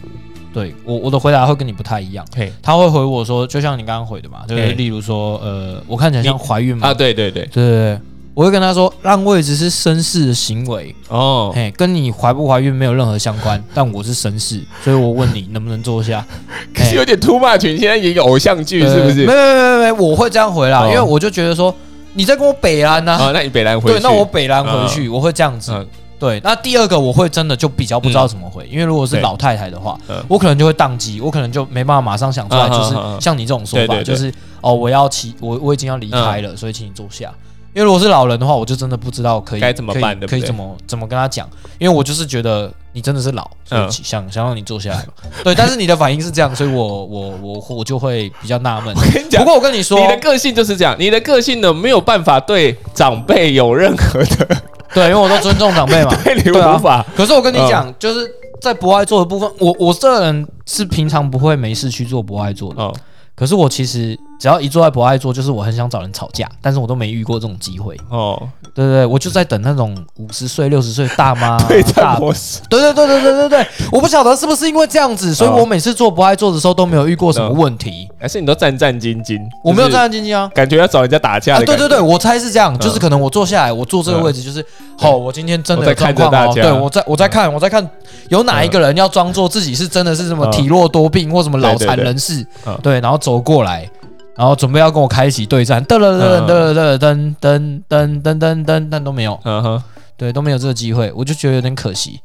Speaker 3: 对我我的回答会跟你不太一样，
Speaker 2: 嘿
Speaker 3: 她会回我说，就像你刚刚回的嘛，就是
Speaker 2: 嘿
Speaker 3: 例如说，呃，我看起来像怀孕嘛，
Speaker 2: 啊，对对对，
Speaker 3: 对对对，我会跟她说，让位置是绅士的行为，
Speaker 2: 哦，
Speaker 3: 嘿，跟你怀不怀孕没有任何相关，但我是绅士，所以我问你能不能 坐下，
Speaker 2: 可是有点 too much，你现在演一个偶像剧是不是？
Speaker 3: 呃没没没没没，我会这样回啦，
Speaker 2: 哦
Speaker 3: 因为我就觉得说你在跟我北安呐、
Speaker 2: 啊，那你北兰回去，
Speaker 3: 对，那我北兰回去，我会这样子。
Speaker 2: 嗯
Speaker 3: 对，那第二个我会真的就比较不知道怎么回，因为如果是
Speaker 2: 对
Speaker 3: 老太太的话
Speaker 2: 嗯，
Speaker 3: 我可能就会宕机，我可能就没办法马上想出来，
Speaker 2: 嗯嗯
Speaker 3: 就是
Speaker 2: 嗯嗯
Speaker 3: 像你这种说法，
Speaker 2: 对对对嗯
Speaker 3: 就是哦，我要起，我我已经要离开了，所以请你坐下。因为如果是老人的话，我就真的不知道可以
Speaker 2: 该怎么办
Speaker 3: 可以
Speaker 2: 对不
Speaker 3: 可
Speaker 2: 对
Speaker 3: 以怎么怎么跟他讲，因为我就是觉得你真的是老，所以
Speaker 2: 嗯
Speaker 3: 想想让你坐下来嘛。对，但是你的反应是这样，所以我我我我就会比较纳闷。
Speaker 2: 我跟你讲
Speaker 3: 不，过我跟你说，
Speaker 2: 你的个性就是这样，你的个性呢没有办法对长辈有任何的
Speaker 3: 对，因为我都尊重长辈嘛，
Speaker 2: 对你
Speaker 3: 对啊
Speaker 2: 无法。
Speaker 3: 可是我跟你讲，就是在不爱做的部分，我我这人是平常不会没事去做不爱做的，
Speaker 2: 哦，
Speaker 3: 可是我其实只要一做爱不爱做，就是我很想找人吵架，但是我都没遇过这种机会。
Speaker 2: 哦，
Speaker 3: 对对对，我就在等那种五十岁、六十岁大妈
Speaker 2: 对战
Speaker 3: 啊大。
Speaker 2: 模式，
Speaker 3: 对对对对对对对，我不晓得是不是因为这样子，所以我每次做不爱做的时候都没有遇过什么问题。
Speaker 2: 还是你都战战兢兢？
Speaker 3: 我没有
Speaker 2: 就是
Speaker 3: 战战兢兢啊。
Speaker 2: 感觉要找人家打架
Speaker 3: 啊，
Speaker 2: 的
Speaker 3: 对
Speaker 2: 感觉、
Speaker 3: 对对，我猜是这样，
Speaker 2: 嗯
Speaker 3: 就是可能我坐下来，我坐这个位置，就是好，我今天真的有
Speaker 2: 我在
Speaker 3: 状
Speaker 2: 看着
Speaker 3: 况哦，
Speaker 2: 大家嗯
Speaker 3: 对我在我在看我在看有哪一个人要装作自己是真的是什么体弱多病或什么
Speaker 2: 嗯
Speaker 3: 脑
Speaker 2: 对对
Speaker 3: 残
Speaker 2: 对
Speaker 3: 人士
Speaker 2: 嗯，
Speaker 3: 对，然后走过来，然后准备要跟我开启对战，噔噔噔噔噔噔噔噔噔噔噔，但都没有，
Speaker 2: 嗯哼，
Speaker 3: 对，都没有这个机会，我就觉得有点可惜。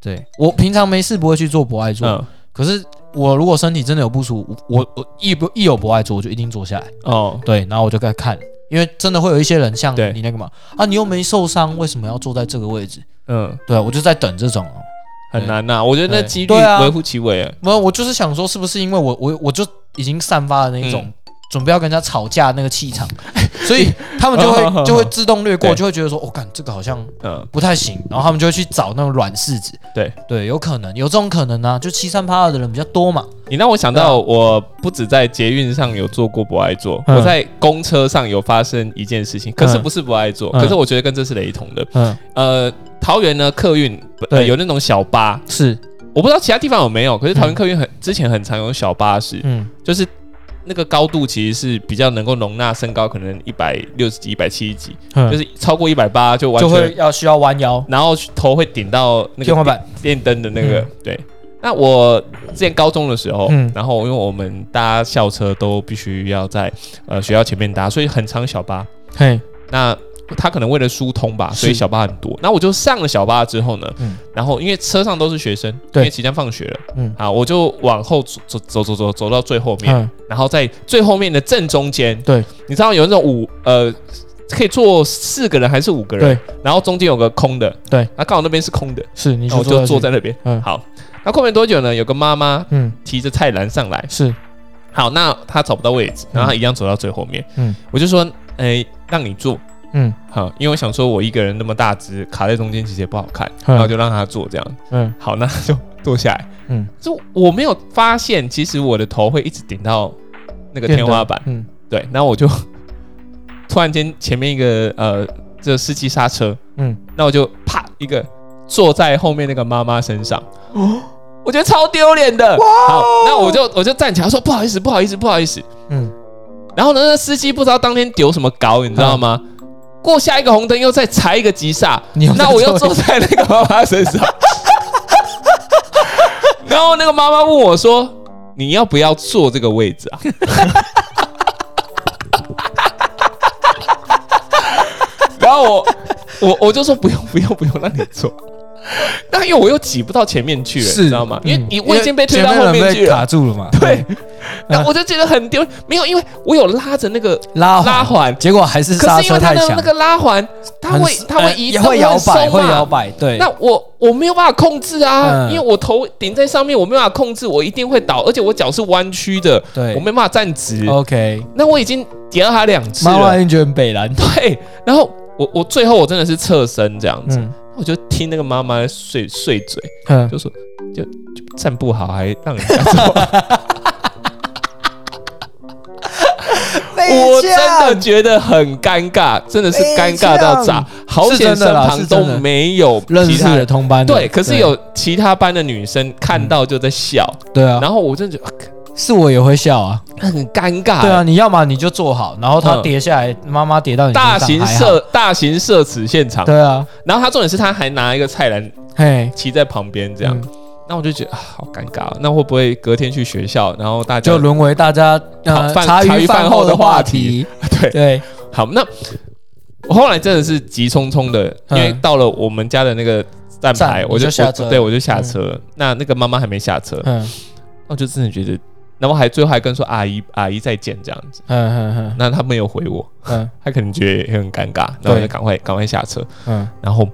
Speaker 3: 对我平常没事不会去做不爱做，
Speaker 2: 嗯，
Speaker 3: 可是我如果身体真的有不舒服，我我一不一有不爱做，我就一定坐下来。
Speaker 2: 哦，
Speaker 3: 对，然后我就在看，因为真的会有一些人像
Speaker 2: 对
Speaker 3: 你那个嘛，啊，你又没受伤，为什么要坐在这个位置？
Speaker 2: 嗯，
Speaker 3: 对，我就在等这种哦。
Speaker 2: 很难呐、我觉得那
Speaker 3: 对
Speaker 2: 几率
Speaker 3: 对啊
Speaker 2: 微乎其微、欸。
Speaker 3: 没有，我就是想说，是不是因为我我我就已经散发了那一种
Speaker 2: 嗯
Speaker 3: 准备要跟人家吵架那个气 场，所以他们就会就会自动略过，
Speaker 2: 对
Speaker 3: 就会觉得说，哦，干这个好像
Speaker 2: 嗯，
Speaker 3: 不太行，然后他们就会去找那种软柿子。
Speaker 2: 对
Speaker 3: 对，有可能有这种可能啊，就七三八二的人比较多嘛。
Speaker 2: 你让我想到，我不止在捷运上有做过不爱做，
Speaker 3: 嗯
Speaker 2: 我在公车上有发生一件事情，可是不是不爱做，
Speaker 3: 嗯
Speaker 2: 可是我觉得跟这是雷同的。
Speaker 3: 嗯，
Speaker 2: 呃，桃园呢客运、呃、
Speaker 3: 对
Speaker 2: 有那种小巴，
Speaker 3: 是，
Speaker 2: 我不知道其他地方有没有，可是桃园客运很、之前很常有小巴士，
Speaker 3: 嗯
Speaker 2: 就是那个高度其实是比较能够容纳身高可能一百六十几、一百七十几，
Speaker 3: 嗯，
Speaker 2: 就是是超过一百八就完
Speaker 3: 就
Speaker 2: 全
Speaker 3: 会要需要弯腰
Speaker 2: 然后头会顶到那个
Speaker 3: 天花板
Speaker 2: 电电灯的那个、
Speaker 3: 嗯
Speaker 2: 对。那我之前高中的时候，
Speaker 3: 嗯
Speaker 2: 然后因为我们搭校车都必须要在呃学校前面搭，所以很长小巴。
Speaker 3: 嘿，
Speaker 2: 那他可能为了疏通吧，所以
Speaker 3: 是
Speaker 2: 小巴很多。那我就上了小巴之后呢，
Speaker 3: 嗯
Speaker 2: 然后因为车上都是学生，
Speaker 3: 对
Speaker 2: 因为即将放学了，
Speaker 3: 嗯
Speaker 2: 啊，我就往后走走走走走走到最后面，
Speaker 3: 嗯，
Speaker 2: 然后在最后面的正中间，
Speaker 3: 对，
Speaker 2: 你知道有那种五呃，可以坐四个人还是五个人？然后中间有个空的，
Speaker 3: 对，
Speaker 2: 那刚好那边是空的，
Speaker 3: 是，你
Speaker 2: 然后我
Speaker 3: 就
Speaker 2: 就坐
Speaker 3: 下去
Speaker 2: 在那边。
Speaker 3: 嗯
Speaker 2: 好，那过没多久呢，有个妈妈
Speaker 3: 嗯
Speaker 2: 提着菜篮上来，
Speaker 3: 是。
Speaker 2: 好，那她找不到位置，然后她一样走到最后面，
Speaker 3: 嗯
Speaker 2: 我就说，哎，让你坐。
Speaker 3: 嗯
Speaker 2: 好，因为我想说，我一个人那么大只，卡在中间其实也不好看，
Speaker 3: 嗯
Speaker 2: 然后就让她坐这样。
Speaker 3: 嗯
Speaker 2: 好，那她就坐下来。
Speaker 3: 嗯，
Speaker 2: 就我没有发现，其实我的头会一直顶到那个天花板。
Speaker 3: 嗯
Speaker 2: 对，那我就 突然间前面一个呃，这司机刹车，
Speaker 3: 嗯，
Speaker 2: 那我就啪一个坐在后面那个妈妈身上，我觉得超丢脸的。好，那我就我就站起来说不好意思，不好意思，不好意思。
Speaker 3: 嗯，
Speaker 2: 然后呢，那司机不知道当天丢什么搞，你知道吗？过下一个红灯又再踩一个急刹，
Speaker 3: 嗯你又再
Speaker 2: 那我又
Speaker 3: 做
Speaker 2: 坐在那个妈妈身上。 然后那个妈妈问我说：“你要不要坐这个位置啊？” 然后我我我就说不用不用不用，让你坐。那因为我又挤不到前面去了，你知道吗？因为你我已经被推到后面去
Speaker 3: 嗯前人被
Speaker 2: 了，
Speaker 3: 卡住了嘛。
Speaker 2: 对，
Speaker 3: 啊
Speaker 2: 那我就觉得很丢。没有，因为我有拉着那个
Speaker 3: 拉环
Speaker 2: 拉环，
Speaker 3: 结果还哦是刹
Speaker 2: 可是因
Speaker 3: 车
Speaker 2: 为它
Speaker 3: 太
Speaker 2: 的
Speaker 3: 强
Speaker 2: 那，个拉环，它会
Speaker 3: 很
Speaker 2: 它会
Speaker 3: 呃
Speaker 2: 移
Speaker 3: 也
Speaker 2: 动，
Speaker 3: 会摇摆，
Speaker 2: 松
Speaker 3: 会
Speaker 2: 嘛
Speaker 3: 摇。摆，对。
Speaker 2: 那我我没有办法控制啊，
Speaker 3: 嗯
Speaker 2: 因为我头顶在上面，我没办法控制，我一定会倒，而且我脚是弯曲的，
Speaker 3: 对哦
Speaker 2: 我没办法站直。
Speaker 3: OK，
Speaker 2: 那我已经跌到他两次
Speaker 3: 妈妈
Speaker 2: 了，
Speaker 3: 已经觉得很北蓝，
Speaker 2: 对。然后我我最后我真的是侧身这样子，
Speaker 3: 嗯
Speaker 2: 我就听那个妈妈碎碎嘴，
Speaker 3: 嗯，
Speaker 2: 就说就就站不好还让人家坐，
Speaker 3: 哎
Speaker 2: 我真的觉得很尴尬，真的是尴尬到炸。好险身旁都没有
Speaker 3: 认
Speaker 2: 其
Speaker 3: 识
Speaker 2: 他
Speaker 3: 的
Speaker 2: 人。
Speaker 3: 同班的，
Speaker 2: 对，可是有其他班的女生看到就在笑，
Speaker 3: 对啊，
Speaker 2: 然后我真的觉得
Speaker 3: 是我也会笑啊，
Speaker 2: 啊很尴尬。
Speaker 3: 对啊，，你要么你就坐好，然后他
Speaker 2: 嗯
Speaker 3: 跌下来，妈妈跌到你身
Speaker 2: 大
Speaker 3: 上
Speaker 2: 型
Speaker 3: 还好
Speaker 2: 社大型社死现场。
Speaker 3: 对啊，
Speaker 2: 然后他重点是他还拿一个菜篮
Speaker 3: 嘿，
Speaker 2: 骑在旁边这样
Speaker 3: 嗯，
Speaker 2: 那我就觉得啊好尴尬哦。那会不会隔天去学校，然后大家
Speaker 3: 就沦为大家
Speaker 2: 好
Speaker 3: 呃
Speaker 2: 饭
Speaker 3: 茶
Speaker 2: 茶
Speaker 3: 余
Speaker 2: 余
Speaker 3: 饭
Speaker 2: 饭
Speaker 3: 后
Speaker 2: 后
Speaker 3: 的
Speaker 2: 的
Speaker 3: 话
Speaker 2: 话
Speaker 3: 题，
Speaker 2: 对
Speaker 3: 对，
Speaker 2: 好？那我后来真的是急匆匆的，因
Speaker 3: 嗯
Speaker 2: 为到了我们家的那个站牌，
Speaker 3: 站
Speaker 2: 我
Speaker 3: 你就
Speaker 2: 就
Speaker 3: 下
Speaker 2: 我
Speaker 3: 车
Speaker 2: 对我就下车了。那那个妈妈还没下车，
Speaker 3: 嗯
Speaker 2: 我就真的觉得，然后还最后还跟说阿姨阿姨再见这样子，
Speaker 3: 嗯嗯
Speaker 2: 那他没有回我，
Speaker 3: 嗯嗯
Speaker 2: 他可能觉得也很尴尬，然后我就赶快赶快下车，
Speaker 3: 嗯，
Speaker 2: 然后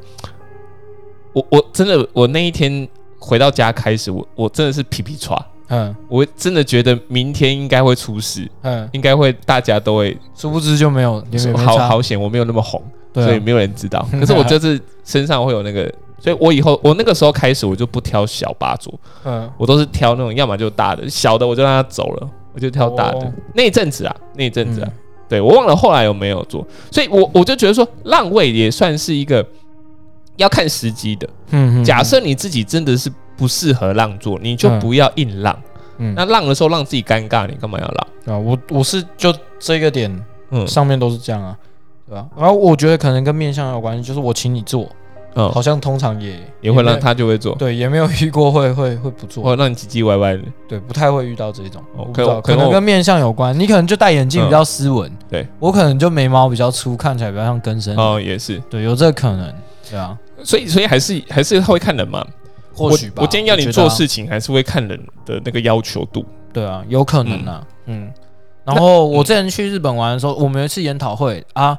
Speaker 2: 我我真的我那一天回到家开始，我我真的是皮皮抓，
Speaker 3: 嗯
Speaker 2: 我真的觉得明天应该会出事，
Speaker 3: 嗯，
Speaker 2: 应该会大家都会
Speaker 3: 殊不知就没有，也没没
Speaker 2: 好
Speaker 3: 差
Speaker 2: 好险我没有那么红，
Speaker 3: 对啊
Speaker 2: 所以没有人知道， 可是我这次身上会有那个。所以我以后，我那个时候开始，我就不挑小八桌，
Speaker 3: 嗯
Speaker 2: 我都是挑那种要么就大的，小的我就让他走了，我我就挑大的。
Speaker 3: 哦嗯
Speaker 2: 那一阵子啊，那一阵子啊，对我忘了后来有没有做，所以我我就觉得说，浪味也算是一个要看时机的。
Speaker 3: 嗯，嗯
Speaker 2: 假设你自己真的是不适合浪做，你就
Speaker 3: 嗯
Speaker 2: 不要硬浪。
Speaker 3: 嗯
Speaker 2: 那浪的时候让自己尴尬，你干嘛要浪？
Speaker 3: 啊，我我是就这个点
Speaker 2: 嗯
Speaker 3: 上面都是这样啊，对吧？然后我觉得可能跟面相有关系，就是我请你做，
Speaker 2: 嗯
Speaker 3: 好，像通常也
Speaker 2: 也会
Speaker 3: 没有
Speaker 2: 让他就会做，
Speaker 3: 对，也没有遇过会会会不做，
Speaker 2: 或者让你唧唧歪歪的。
Speaker 3: 对，不太会遇到这一种，
Speaker 2: 哦
Speaker 3: 我不
Speaker 2: 可
Speaker 3: 知道
Speaker 2: 我
Speaker 3: 可
Speaker 2: 可
Speaker 3: 能
Speaker 2: 我嗯
Speaker 3: 跟面相有关，你可能就戴眼镜比较斯文，
Speaker 2: 对
Speaker 3: 我可能就眉毛比较粗，看起来比较像根生，
Speaker 2: 哦，也是，
Speaker 3: 对，有这个可能，对啊，
Speaker 2: 所以所以还是还是会看人嘛。
Speaker 3: 或许吧，
Speaker 2: 我我今天要你
Speaker 3: 觉得
Speaker 2: 做
Speaker 3: 啊，
Speaker 2: 事情，还是会看人的那个要求度。
Speaker 3: 对啊，有可能啊，嗯。然后我之前去日本玩的时候，我们有一次研讨会啊，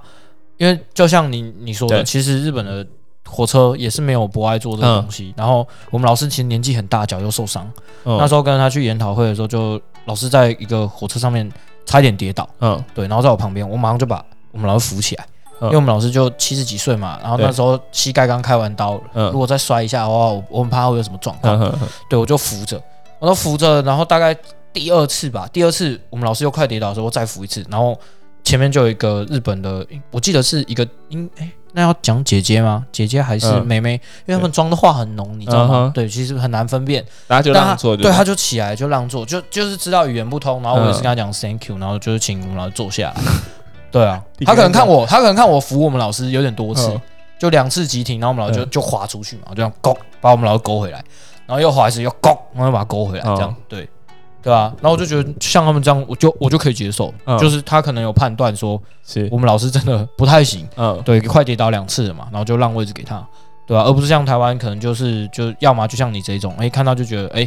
Speaker 3: 因为就像你你说的，
Speaker 2: 对
Speaker 3: 其实日本的火车也是没有博爱做这个
Speaker 2: 嗯
Speaker 3: 东西。然后我们老师其实年纪很大，脚又受伤，那
Speaker 2: 嗯
Speaker 3: 时候跟他去研讨会的时候，就老师在一个火车上面差一点跌倒，
Speaker 2: 嗯
Speaker 3: 对，然后在我旁边，我马上就把我们老师扶起来，
Speaker 2: 嗯
Speaker 3: 因为我们老师就七十几岁嘛，然后那
Speaker 2: 对
Speaker 3: 时候膝盖刚开完刀，
Speaker 2: 嗯
Speaker 3: 如果再摔一下的话，我我很怕他会有什么状况，
Speaker 2: 嗯嗯嗯
Speaker 3: 对我就扶着，我都扶着，然后大概第二次吧，第二次我们老师又快跌倒的时候，我再扶一次，然后前面就有一个日本的，我记得是一个英，哎、那要讲姐姐吗？姐姐还是
Speaker 2: 嗯
Speaker 3: 妹妹？因为他们妆的画很浓，你知道
Speaker 2: 嗯
Speaker 3: 吗
Speaker 2: 哼？
Speaker 3: 对，其实很难分辨。
Speaker 2: 大家就
Speaker 3: 但
Speaker 2: 让
Speaker 3: 他
Speaker 2: 做就
Speaker 3: 对，他就起来就让座，就就是知道语言不通，然后我也是跟他
Speaker 2: 嗯
Speaker 3: 讲 thank you，然后就是请我们老师坐下来。对啊，
Speaker 2: 你
Speaker 3: 他可能
Speaker 2: 跟他
Speaker 3: 看我，他可能看我扶我们老师有点多次
Speaker 2: 嗯，
Speaker 3: 就两次急停，然后我们老师就
Speaker 2: 嗯
Speaker 3: 就滑出去嘛，就这样勾，把我们老师勾回来，然后又滑一次，又勾，然后又把他勾回来，
Speaker 2: 哦
Speaker 3: 这样对。对啊，然后我就觉得像他们这样，我就我就可以接受，
Speaker 2: 嗯
Speaker 3: 就是他可能有判断说
Speaker 2: 是
Speaker 3: 我们老师真的不太行，
Speaker 2: 嗯
Speaker 3: 对，快跌倒两次了嘛，然后就让位置给他，对啊吧、而不是像台湾可能就是就要么就像你这一种，哎，看到就觉得哎，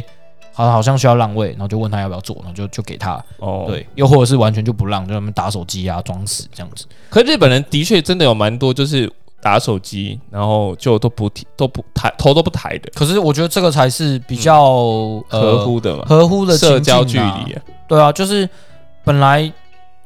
Speaker 3: 好好像需要让位，然后就问他要不要做，然后就就给他，
Speaker 2: 哦，
Speaker 3: 对，又或者是完全就不让，就他们打手机啊，装死这样子，
Speaker 2: 可日本人的确真的有蛮多就是打手机，然后就都不提都不抬头都不抬的，
Speaker 3: 可是我觉得这个才是比较、呃
Speaker 2: 嗯合乎的嘛，
Speaker 3: 合乎的
Speaker 2: 社交
Speaker 3: 情
Speaker 2: 距
Speaker 3: 境啊
Speaker 2: 离啊。
Speaker 3: 对啊，就是本来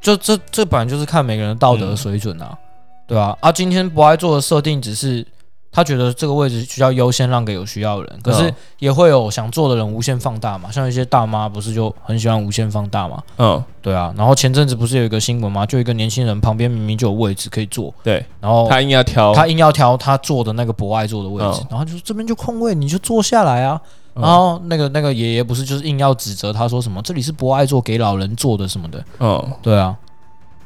Speaker 3: 就这这本来就是看每个人的道德
Speaker 2: 嗯
Speaker 3: 水准啊，对啊，啊，今天不爱做的设定只是他觉得这个位置需要优先让给有需要的人，可是
Speaker 2: 嗯
Speaker 3: 也会有想做的人无限放大嘛，像一些大妈不是就很喜欢无限放大嘛，
Speaker 2: 嗯，
Speaker 3: 对啊，然后前阵子不是有一个新闻嘛，就一个年轻人旁边明明就有位置可以坐，
Speaker 2: 对
Speaker 3: 然后
Speaker 2: 他硬要挑，
Speaker 3: 哦他硬要挑他坐的那个博爱坐的位置，
Speaker 2: 嗯
Speaker 3: 然后就说这边就空位，你就坐下来啊。
Speaker 2: 嗯
Speaker 3: 然后那个那个爷爷不是就是硬要指责他说什么这里是博爱座给老人坐的什么的，
Speaker 2: 嗯，
Speaker 3: 对啊，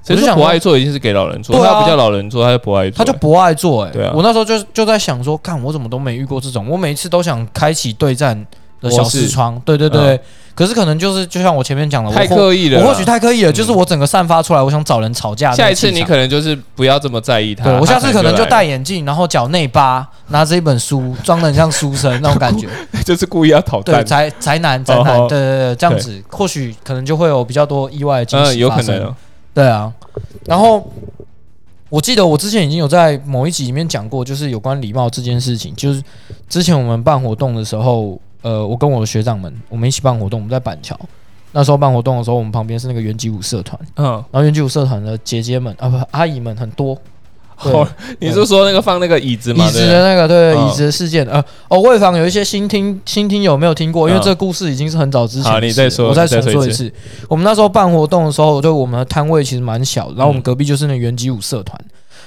Speaker 2: 谁
Speaker 3: 我就
Speaker 2: 说
Speaker 3: 想
Speaker 2: 不
Speaker 3: 说
Speaker 2: 爱做一定是给老人做，
Speaker 3: 对啊
Speaker 2: 他不叫老人做，他就不爱做，
Speaker 3: 他就不爱坐哎、
Speaker 2: 对啊
Speaker 3: 我那时候就就在想说，看我怎么都没遇过这种，我每一次都想开启对战的小视窗，对对对，可是可能就是就像我前面讲的，
Speaker 2: 嗯
Speaker 3: 我
Speaker 2: 太
Speaker 3: 或
Speaker 2: 刻意了啦。嗯
Speaker 3: 我或许太刻意了，就是我整个散发出来，我想找人吵架的那个气场。
Speaker 2: 下一次你可能就是不要这么在意他。
Speaker 3: 对我
Speaker 2: 啊他
Speaker 3: 下次可能就
Speaker 2: 来
Speaker 3: 戴眼镜，然后脚内八，拿着一本书，装的很像书生那种 感觉。
Speaker 2: 就是故意要讨
Speaker 3: 对，
Speaker 2: 蛋，
Speaker 3: 宅宅男，宅男，
Speaker 2: 哦
Speaker 3: 对对对，这样子或许可能就会有比较多意外的惊
Speaker 2: 嗯，
Speaker 3: 喜
Speaker 2: 有
Speaker 3: 发
Speaker 2: 可
Speaker 3: 生。
Speaker 2: 能哦。
Speaker 3: 对啊，然后我记得我之前已经有在某一集里面讲过，就是有关礼貌这件事情。就是之前我们办活动的时候，呃，我跟我的学长们，我们一起办活动，我们在板桥。那时候办活动的时候，我们旁边是那个原吉舞社团，
Speaker 2: 嗯，
Speaker 3: 然后原吉舞社团的姐姐们啊不阿姨们很多，对
Speaker 2: 好，你是说那个放那个椅子嘛？
Speaker 3: 椅子
Speaker 2: 对不对
Speaker 3: 的那个对
Speaker 2: 嗯
Speaker 3: 椅子的事件，呃，哦，魏房有一些新听新听友没有听过，因为
Speaker 2: 嗯
Speaker 3: 这个故事已经是很早之前
Speaker 2: 好
Speaker 3: 的事了。
Speaker 2: 你再说
Speaker 3: 我再
Speaker 2: 你再说
Speaker 3: 重说
Speaker 2: 一
Speaker 3: 一次。我们那时候办活动的时候，就我们的摊位其实蛮小的，然后我们
Speaker 2: 嗯
Speaker 3: 隔壁就是那原吉舞社团。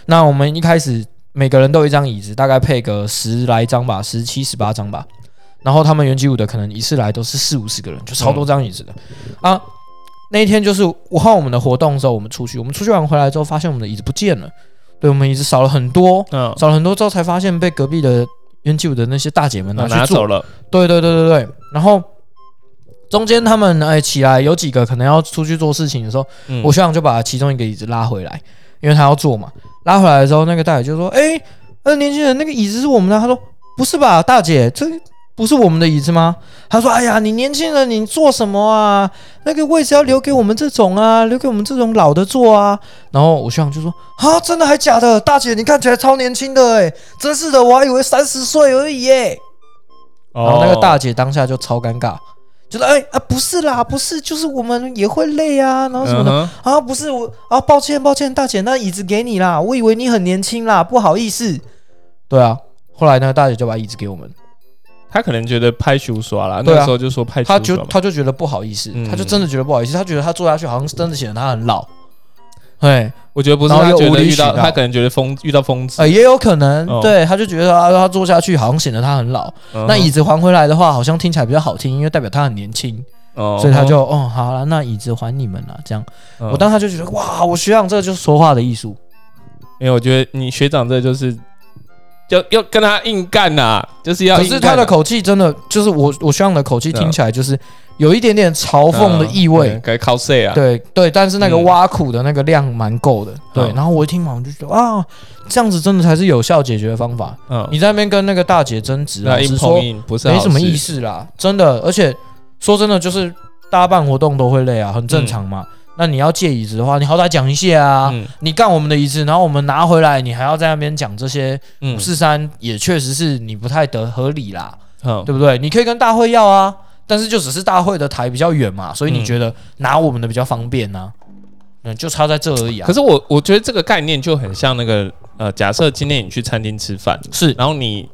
Speaker 3: 那我们一开始每个人都有一张椅子，大概配个十来张吧，十七、十八张吧。然后他们原吉舞的可能一次来都是四五十个人，就超多张椅子的、啊。那一天就是我和我们的活动的时候，我们出去，我们出去玩回来之后，发现我们的椅子不见了，对我们椅子少了很多。
Speaker 2: 嗯，
Speaker 3: 找了很多之后才发现被隔壁的元气舞的那些大姐们拿
Speaker 2: 那嗯
Speaker 3: 去
Speaker 2: 哦拿
Speaker 3: 做
Speaker 2: 走了，
Speaker 3: 对对对对对，然后中间他们哎起来有几个可能要出去做事情的时候，
Speaker 2: 嗯
Speaker 3: 我学长就把其中一个椅子拉回来，因为他要坐嘛。拉回来的时候，那个大姐就说：“哎、那年轻人，那个椅子是我们的。”他说：“不是吧，大姐，这不是我们的椅子吗？”他说：“哎呀，你年轻人，你坐什么啊？那个位置要留给我们这种啊，留给我们这种老的坐啊。”然后我学长就说：“啊，真的还假的？大姐，你看起来超年轻的哎、真是的，我还以为三十岁而已耶、
Speaker 2: 哦
Speaker 3: 然后那个大姐当下就超尴尬，就说：“哎、啊，不是啦，不是，就是我们也会累啊，然后什么的、
Speaker 2: 嗯哼
Speaker 3: 啊，不是我啊，抱歉抱歉，大姐，那椅子给你啦，我以为你很年轻啦，不好意思。”对啊，后来那个大姐就把椅子给我们，
Speaker 2: 他可能觉得拍球耍啦，
Speaker 3: 对啊
Speaker 2: 那时候就说拍
Speaker 3: 他
Speaker 2: 球
Speaker 3: 就
Speaker 2: 耍嘛。
Speaker 3: 他就觉得不好意思，
Speaker 2: 嗯
Speaker 3: 他就真的觉得不好意思，他觉得他做下去好像真的显得他很老，哎，
Speaker 2: 我觉得不是，
Speaker 3: 然后
Speaker 2: 他
Speaker 3: 又
Speaker 2: 觉
Speaker 3: 无
Speaker 2: 得
Speaker 3: 理
Speaker 2: 遇到
Speaker 3: 取闹
Speaker 2: 他可能觉得疯遇到疯子。
Speaker 3: 呃，也有可能，
Speaker 2: 哦
Speaker 3: 对，他就觉得他他做下去好像显得他很老，
Speaker 2: 嗯
Speaker 3: 那椅子还回来的话，好像听起来比较好听，因为代表他很年轻，
Speaker 2: 哦
Speaker 3: 所以他就哦，好了，那椅子还你们了，这样，
Speaker 2: 嗯
Speaker 3: 我当时就觉得哇，我学长这就是说话的艺术，
Speaker 2: 没有，我觉得你学长这就是就要跟他硬干呐，就是要
Speaker 3: 可
Speaker 2: 硬干啊。
Speaker 3: 是他的口气真的就是我我学长的口气听起来就是有一点点嘲讽的意味
Speaker 2: 嗯，该靠谁啊？
Speaker 3: 对对，但是那个
Speaker 2: 嗯
Speaker 3: 挖苦的那个量蛮够的，对。
Speaker 2: 嗯
Speaker 3: 然后我一听完，我就觉得啊，这样子真的才是有效解决的方法。
Speaker 2: 嗯，
Speaker 3: 你在那边跟那个大姐争执，老
Speaker 2: 那硬
Speaker 3: 实
Speaker 2: 碰
Speaker 3: 说
Speaker 2: 硬不是
Speaker 3: 没什么意
Speaker 2: 意思。
Speaker 3: 思啦，真的。而且说真的，就是大家办活动都会累啊，很正常嘛。那你要借椅子的话，你好歹讲一下啊。
Speaker 2: 嗯
Speaker 3: 你干我们的椅子，然后我们拿回来，你还要在那边讲这些
Speaker 2: 嗯
Speaker 3: 五四三，也确实是你不太得合理啦。
Speaker 2: 嗯
Speaker 3: 对不对？你可以跟大会要啊，但是就只是大会的台比较远嘛，所以你
Speaker 2: 嗯
Speaker 3: 觉得拿我们的比较方便呢、嗯，就差在这而已啊。
Speaker 2: 可是我我觉得这个概念就很像那个呃，假设今天你去餐厅吃饭，
Speaker 3: 是
Speaker 2: 然后你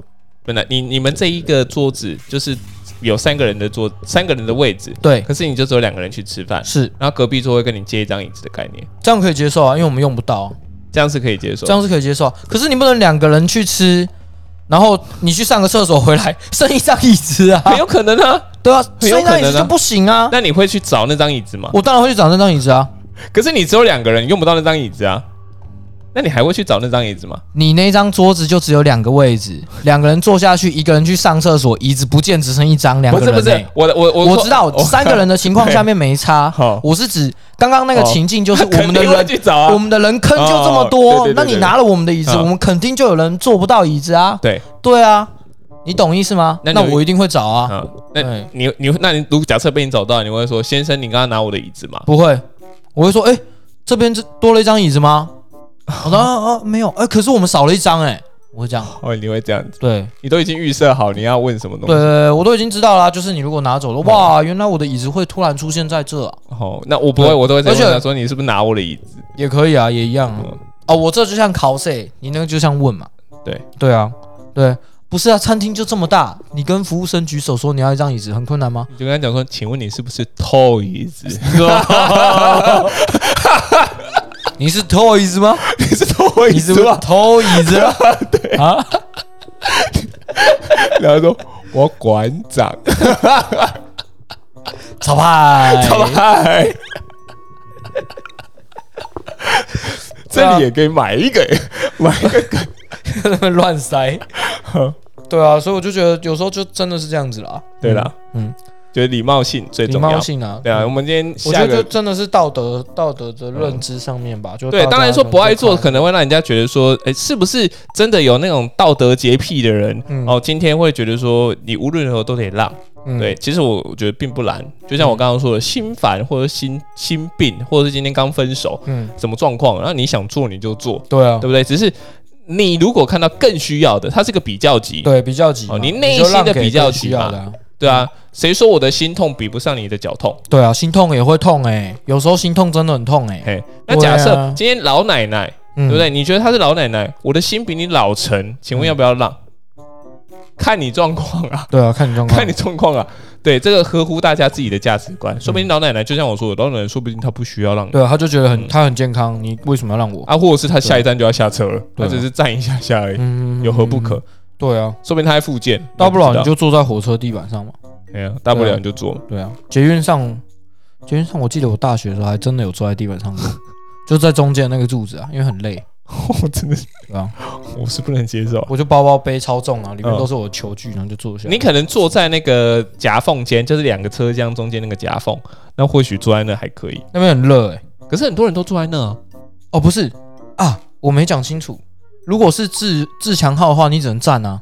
Speaker 2: 本来你你们这一个桌子就是有三个人的桌三个人的位置，
Speaker 3: 对，
Speaker 2: 可是你就只有两个人去吃饭，
Speaker 3: 是
Speaker 2: 然后隔壁桌会跟你借一张椅子的概念，
Speaker 3: 这样可以接受啊，因为我们用不到，
Speaker 2: 这样是可以接受
Speaker 3: 这。样是可以接受啊、可是你不能两个人去吃，然后你去上个厕所回来 剩一张椅子啊，
Speaker 2: 很有可能啊，
Speaker 3: 对啊，
Speaker 2: 很
Speaker 3: 剩
Speaker 2: 有
Speaker 3: 一张椅
Speaker 2: 可
Speaker 3: 子
Speaker 2: 能啊
Speaker 3: 就不行啊。
Speaker 2: 那你会去找那张椅子吗？
Speaker 3: 我当然会去找那张椅子啊。
Speaker 2: 可是你只有两个人，用不到那张椅子啊，那你还会去找那张椅子吗？
Speaker 3: 你那张桌子就只有两个位置，两个人坐下去，一个人去上厕所，椅子不见只剩一张，两个
Speaker 2: 不是
Speaker 3: 人、欸。
Speaker 2: 不是，我的我我
Speaker 3: 我
Speaker 2: 说哦
Speaker 3: 知道
Speaker 2: 我
Speaker 3: 三个人的 情况下面没差
Speaker 2: 好，
Speaker 3: 我是指刚刚那个情境，就是我们的
Speaker 2: 肯定会
Speaker 3: 人，
Speaker 2: 去找啊，
Speaker 3: 我们的人坑就这么
Speaker 2: 哦对
Speaker 3: 多
Speaker 2: 对对，
Speaker 3: 那你拿了我们的椅子，
Speaker 2: 嗯
Speaker 3: 我们肯定就有人坐不到椅子啊。
Speaker 2: 对，
Speaker 3: 对啊，你懂意思吗？
Speaker 2: 那
Speaker 3: 那
Speaker 2: 你
Speaker 3: 我一定会找啊，
Speaker 2: 啊，那
Speaker 3: 对
Speaker 2: 你你那你如果假设被你找到，你会说先生，你刚刚拿我的椅子吗？
Speaker 3: 不会，我会说，哎，这边这多了一张椅子吗？我说啊啊，没有，哎，可是我们少了一张，哎，我会这样。
Speaker 2: 哦，你会这样子，
Speaker 3: 对
Speaker 2: 你都已经预设好你要问什么东
Speaker 3: 对
Speaker 2: 西。
Speaker 3: 对，对我都已经知道啦、就是你如果拿走了，哇，原来我的椅子会突然出现在这、啊，
Speaker 2: 哦，那我不会，
Speaker 3: 对
Speaker 2: 我都会直接问
Speaker 3: 而
Speaker 2: 他
Speaker 3: 且
Speaker 2: 说你是不是拿我的椅子？
Speaker 3: 也可以啊，也一样啊。
Speaker 2: 嗯
Speaker 3: 哦，我这就像 cos，你那个就像问嘛。
Speaker 2: 对
Speaker 3: 对啊，对，不是啊，餐厅就这么大，你跟服务生举手说你要一张椅子，很困难吗？
Speaker 2: 你就跟他讲说，请问你是不是偷椅子？
Speaker 3: 你是偷椅子 吗？
Speaker 2: 你是偷椅
Speaker 3: 你是
Speaker 2: 子
Speaker 3: 不是
Speaker 2: 吧？
Speaker 3: 偷椅子 啊？
Speaker 2: 然后说，我馆长，
Speaker 3: 炒派，
Speaker 2: 好吧？哎这里也可以买一个，买一个。
Speaker 3: 在那边乱塞。 对啊，所以我就觉得有时候就真的是这样子啦，
Speaker 2: 对啦，
Speaker 3: 嗯
Speaker 2: 嗯，觉得礼貌性最
Speaker 3: 礼
Speaker 2: 重要
Speaker 3: 貌。性啊。
Speaker 2: 对啊，我
Speaker 3: 嗯
Speaker 2: 们今天
Speaker 3: 我
Speaker 2: 下
Speaker 3: 觉
Speaker 2: 一
Speaker 3: 得就
Speaker 2: 个
Speaker 3: 真的是道德道德的认知上面吧，就
Speaker 2: 对，当然说不爱做可
Speaker 3: 能
Speaker 2: 能会让人家觉得说，哎，是不是真的有那种道德洁癖的人？
Speaker 3: 嗯
Speaker 2: 哦，今天会觉得说你无论如何都得让。对，，其实我我觉得并不难。就
Speaker 3: 嗯
Speaker 2: 像我刚刚说的，心烦或者心心病，或者是今天刚分手，
Speaker 3: 嗯嗯，
Speaker 2: 什么状况，然后你想做你就做，
Speaker 3: 对啊
Speaker 2: 对，不对？只是你如果看到更需要的，它是个比较级，
Speaker 3: 对比较急嘛，
Speaker 2: 哦你
Speaker 3: 就
Speaker 2: 内心
Speaker 3: 让
Speaker 2: 的
Speaker 3: 给
Speaker 2: 比较
Speaker 3: 更
Speaker 2: 急
Speaker 3: 需要
Speaker 2: 嘛
Speaker 3: 的啊。
Speaker 2: 对啊。谁说我的心痛比不上你的脚痛？
Speaker 3: 对啊，心痛也会痛哎、有时候心痛真的很痛哎、
Speaker 2: 嘿，那假
Speaker 3: 对
Speaker 2: 设
Speaker 3: 啊
Speaker 2: 今天老奶奶，
Speaker 3: 嗯嗯
Speaker 2: 对不？对？你觉得她是老奶奶，我的心比你老成，请问要不要让？看你状况啊，
Speaker 3: 对啊，看你状 况，
Speaker 2: 看你状况啊。对，这个合乎大家自己的价值观。说不定老奶奶就像我说的，老奶奶说不定她不需要让
Speaker 3: 嗯对啊，他就觉得很、
Speaker 2: 嗯
Speaker 3: 他很健康，你为什么要让我？
Speaker 2: 啊，或者是他下一站就要下车了，他
Speaker 3: 对啊
Speaker 2: 只是站一下下而已，
Speaker 3: 嗯
Speaker 2: 有何不可？？
Speaker 3: 对啊，
Speaker 2: 说不定他在附件，
Speaker 3: 大不了
Speaker 2: 你
Speaker 3: 你
Speaker 2: 知道
Speaker 3: 就坐在火车地板上嘛。
Speaker 2: 哎呀，大不了你就做嘛。
Speaker 3: 对啊，捷运上，捷运上，我记得我大学的时候还真的有坐在地板上 过，就在中间那个柱子啊，因为很累，
Speaker 2: 我真的是，
Speaker 3: 对啊，
Speaker 2: 我是不能接受。
Speaker 3: 我就包包背超重啊，里面
Speaker 2: 嗯
Speaker 3: 都是我的球具，然后就坐下。
Speaker 2: 你可能坐在那个夹缝间，就是两个车厢中间那个夹缝，那或许坐在那还可以。
Speaker 3: 那边很热哎、
Speaker 2: 可是很多人都坐在那啊，
Speaker 3: 哦不是啊，我没讲清楚，如果是自自强号的话，你只能站啊。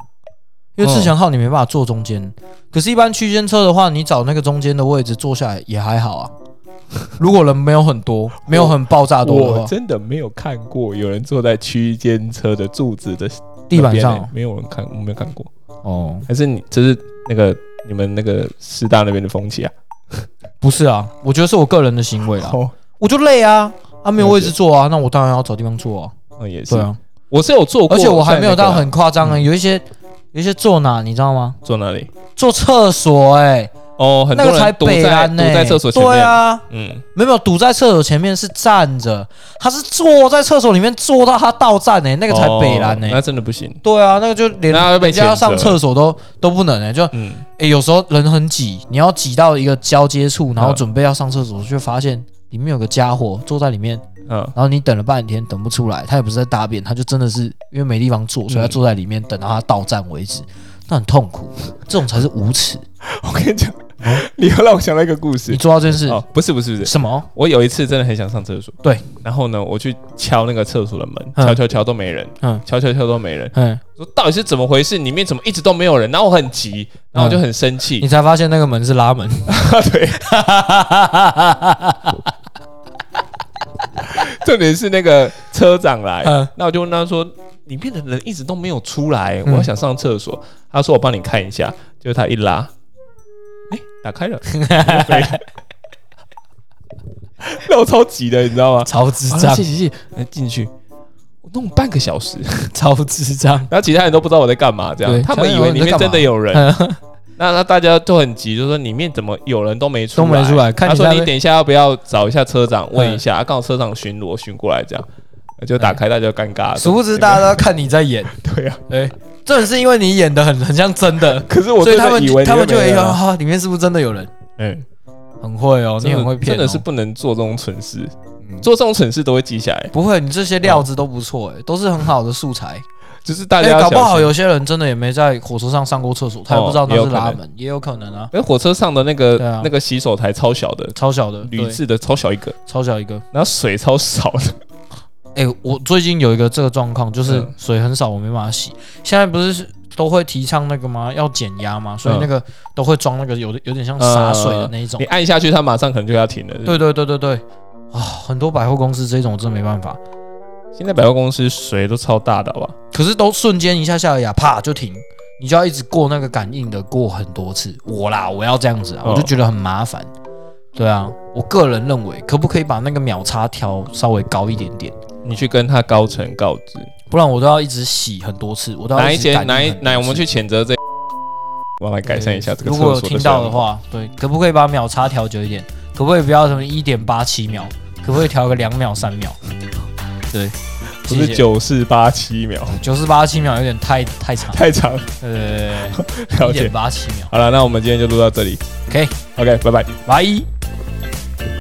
Speaker 3: 因为
Speaker 2: 嗯
Speaker 3: 自强号你没办法坐中间，可是，一般区间车的话，你找那个中间的位置坐下来也还好啊。如果人没有 很多，没有很爆炸多的
Speaker 2: 我
Speaker 3: 话，
Speaker 2: 真的没有看过有人坐在区间车的柱子的
Speaker 3: 地板
Speaker 2: 那边欸
Speaker 3: 上
Speaker 2: 没有人看，我没有看过。
Speaker 3: 哦，
Speaker 2: 还是你这是那个你们那个师大那边的风气啊？
Speaker 3: 不是啊，我觉得是我个人的行为啦，
Speaker 2: 哦，
Speaker 3: 我就累啊，啊没有位置坐啊，那我当然要找地方坐啊，
Speaker 2: 哦那也是
Speaker 3: 对。啊，
Speaker 2: 我是有做过，
Speaker 3: 而且我还没有
Speaker 2: 在那
Speaker 3: 到
Speaker 2: 个啦
Speaker 3: 很夸张啊，
Speaker 2: 嗯
Speaker 3: 有一些有有一些坐哪你知道吗？
Speaker 2: 坐哪里？
Speaker 3: 坐厕所哎、
Speaker 2: 哦，很多
Speaker 3: 那个才
Speaker 2: 人堵
Speaker 3: 北
Speaker 2: 在
Speaker 3: 安
Speaker 2: 堵
Speaker 3: 呢、
Speaker 2: 在厕所前面。
Speaker 3: 对啊，
Speaker 2: 嗯，
Speaker 3: 没有没有堵在厕所前面是站着，他是坐在厕所里面坐到他到站哎、那个才北
Speaker 2: 哦
Speaker 3: 安哎、
Speaker 2: 那真的不行。
Speaker 3: 对啊，那个就连
Speaker 2: 那会被
Speaker 3: 人家要
Speaker 2: 谴责
Speaker 3: 上厕所都都不能哎、就
Speaker 2: 嗯，
Speaker 3: 哎、有时候人很挤，你要挤到一个交接处，然后
Speaker 2: 嗯
Speaker 3: 准备要上厕所，就发现里面有个家伙坐在里面，
Speaker 2: 嗯，
Speaker 3: 然后你等了半天等不出来，他也不是在大便，他就真的是因为没地方坐，
Speaker 2: 嗯
Speaker 3: 所以他坐在里面等到他到站为止，那很痛苦，这种才是无耻。
Speaker 2: 我跟你讲，你又让我想到一个故
Speaker 3: 你
Speaker 2: 事。
Speaker 3: 做到这件事
Speaker 2: 哦，不是不是不是，
Speaker 3: 什么？
Speaker 2: 我有一次真的很想上厕所。
Speaker 3: 对，
Speaker 2: 然后呢，我去敲那个厕所的门，
Speaker 3: 嗯
Speaker 2: 敲敲敲都没人，
Speaker 3: 嗯
Speaker 2: 敲敲敲都没人。
Speaker 3: 嗯，
Speaker 2: 说到底是怎么回事？里面怎么一直都没有人？然后我很急，然后我就很生气
Speaker 3: 你。才发现那个门是拉门，
Speaker 2: 对，重点是那个车长来，
Speaker 3: 嗯
Speaker 2: 那我就问他说，里面的人一直都没有出来，
Speaker 3: 嗯
Speaker 2: 我想上厕所。他说我帮你看一下，就是他一拉，哎、打开 了， 没人那我超急的，你知道 吗？
Speaker 3: 超智
Speaker 2: 啊
Speaker 3: 障
Speaker 2: 谢，谢谢谢，来进去。我弄半个小时，
Speaker 3: 超智障。
Speaker 2: 然后其他人都不知道我在干嘛，这
Speaker 3: 对
Speaker 2: 样他们
Speaker 3: 其
Speaker 2: 以
Speaker 3: 他
Speaker 2: 为
Speaker 3: 人
Speaker 2: 里
Speaker 3: 在
Speaker 2: 面
Speaker 3: 干嘛嗯
Speaker 2: 真的有人， 那那大家都很急，就说里面怎么有人都没出来，
Speaker 3: 都没出来看你
Speaker 2: 他说
Speaker 3: 在
Speaker 2: 你
Speaker 3: 那
Speaker 2: 等一下要不要找一下车长问一下，刚好车长巡逻巡过来这样，就打开大家就尴尬了。
Speaker 3: 嗯殊不知大家都看你在演，
Speaker 2: 对啊，
Speaker 3: 对，这是因为你演的很很像真的，
Speaker 2: 可是我
Speaker 3: 所以
Speaker 2: 真
Speaker 3: 他
Speaker 2: 的
Speaker 3: 们
Speaker 2: 以为
Speaker 3: 他
Speaker 2: 里
Speaker 3: 们就
Speaker 2: 面
Speaker 3: 会
Speaker 2: 没
Speaker 3: 说
Speaker 2: 人啊
Speaker 3: 啊，里面是不是真的有人？
Speaker 2: 嗯，
Speaker 3: 很会哦，你很会骗哦，
Speaker 2: 真的是不能做这种蠢事，
Speaker 3: 嗯
Speaker 2: 做这种蠢事都会记下来，
Speaker 3: 不会，你这些料子都不错，哎，都是很好的素材。
Speaker 2: 就是大
Speaker 3: 哎、
Speaker 2: 家要
Speaker 3: 搞不
Speaker 2: 小
Speaker 3: 好
Speaker 2: 心。
Speaker 3: 有些人真的也没在火车上上过厕所，他也
Speaker 2: 哦
Speaker 3: 不知道那
Speaker 2: 也有
Speaker 3: 是
Speaker 2: 可能
Speaker 3: 拉门，也有可能啊，
Speaker 2: 哎，火车上的那个
Speaker 3: 对啊
Speaker 2: 那个洗手台超小的，
Speaker 3: 超小的，
Speaker 2: 铝
Speaker 3: 对，
Speaker 2: 制的超小一个，
Speaker 3: 超小一个。
Speaker 2: 然后水超少 的。
Speaker 3: 哎、我最近有一个这个状况，就是
Speaker 2: 嗯
Speaker 3: 水很少，我没办法洗。现在不是都会提倡那个吗？要减压嘛，所以
Speaker 2: 嗯呃
Speaker 3: 那个都会装那个有的有点像洒水的那一种
Speaker 2: 你。按下去，它马上可能就要停了。
Speaker 3: 对对对对对，啊，很多百货公司这种我真的没办法，
Speaker 2: 现在百货公司水都超大的，好吧？
Speaker 3: 可是都瞬间一下下来呀，啪就停，你就要一直过那个感应的过很多次。我啦，我要这样子啊，
Speaker 2: 哦
Speaker 3: 我就觉得很麻烦。对啊，我个人认为，可不可以把那个秒差调稍微高一点点？
Speaker 2: 你去跟他高层告知，
Speaker 3: 不然我都要一直洗很多次，我都要
Speaker 2: 哪一
Speaker 3: 直
Speaker 2: 节
Speaker 3: 感应
Speaker 2: 哪一
Speaker 3: 很多
Speaker 2: 哪，我们去
Speaker 3: 次
Speaker 2: 谴责这，我要来改善一下这个
Speaker 3: 如
Speaker 2: 厕
Speaker 3: 果
Speaker 2: 所
Speaker 3: 有
Speaker 2: 的
Speaker 3: 听到
Speaker 2: 水
Speaker 3: 的
Speaker 2: 量，
Speaker 3: 话，对，可不可以把秒差调久一点？可不可以不要什么一点八七秒？可不可以调个两秒、三秒？对，
Speaker 2: 嗯不是九四八七秒，
Speaker 3: 九四八七秒有点太太长，
Speaker 2: 太长，
Speaker 3: 呃，
Speaker 2: 了
Speaker 3: 一 点
Speaker 2: 解。
Speaker 3: 八七秒
Speaker 2: 好了，那我们今天就录到这里
Speaker 3: ，OK，
Speaker 2: ，OK，拜拜。
Speaker 3: 拜。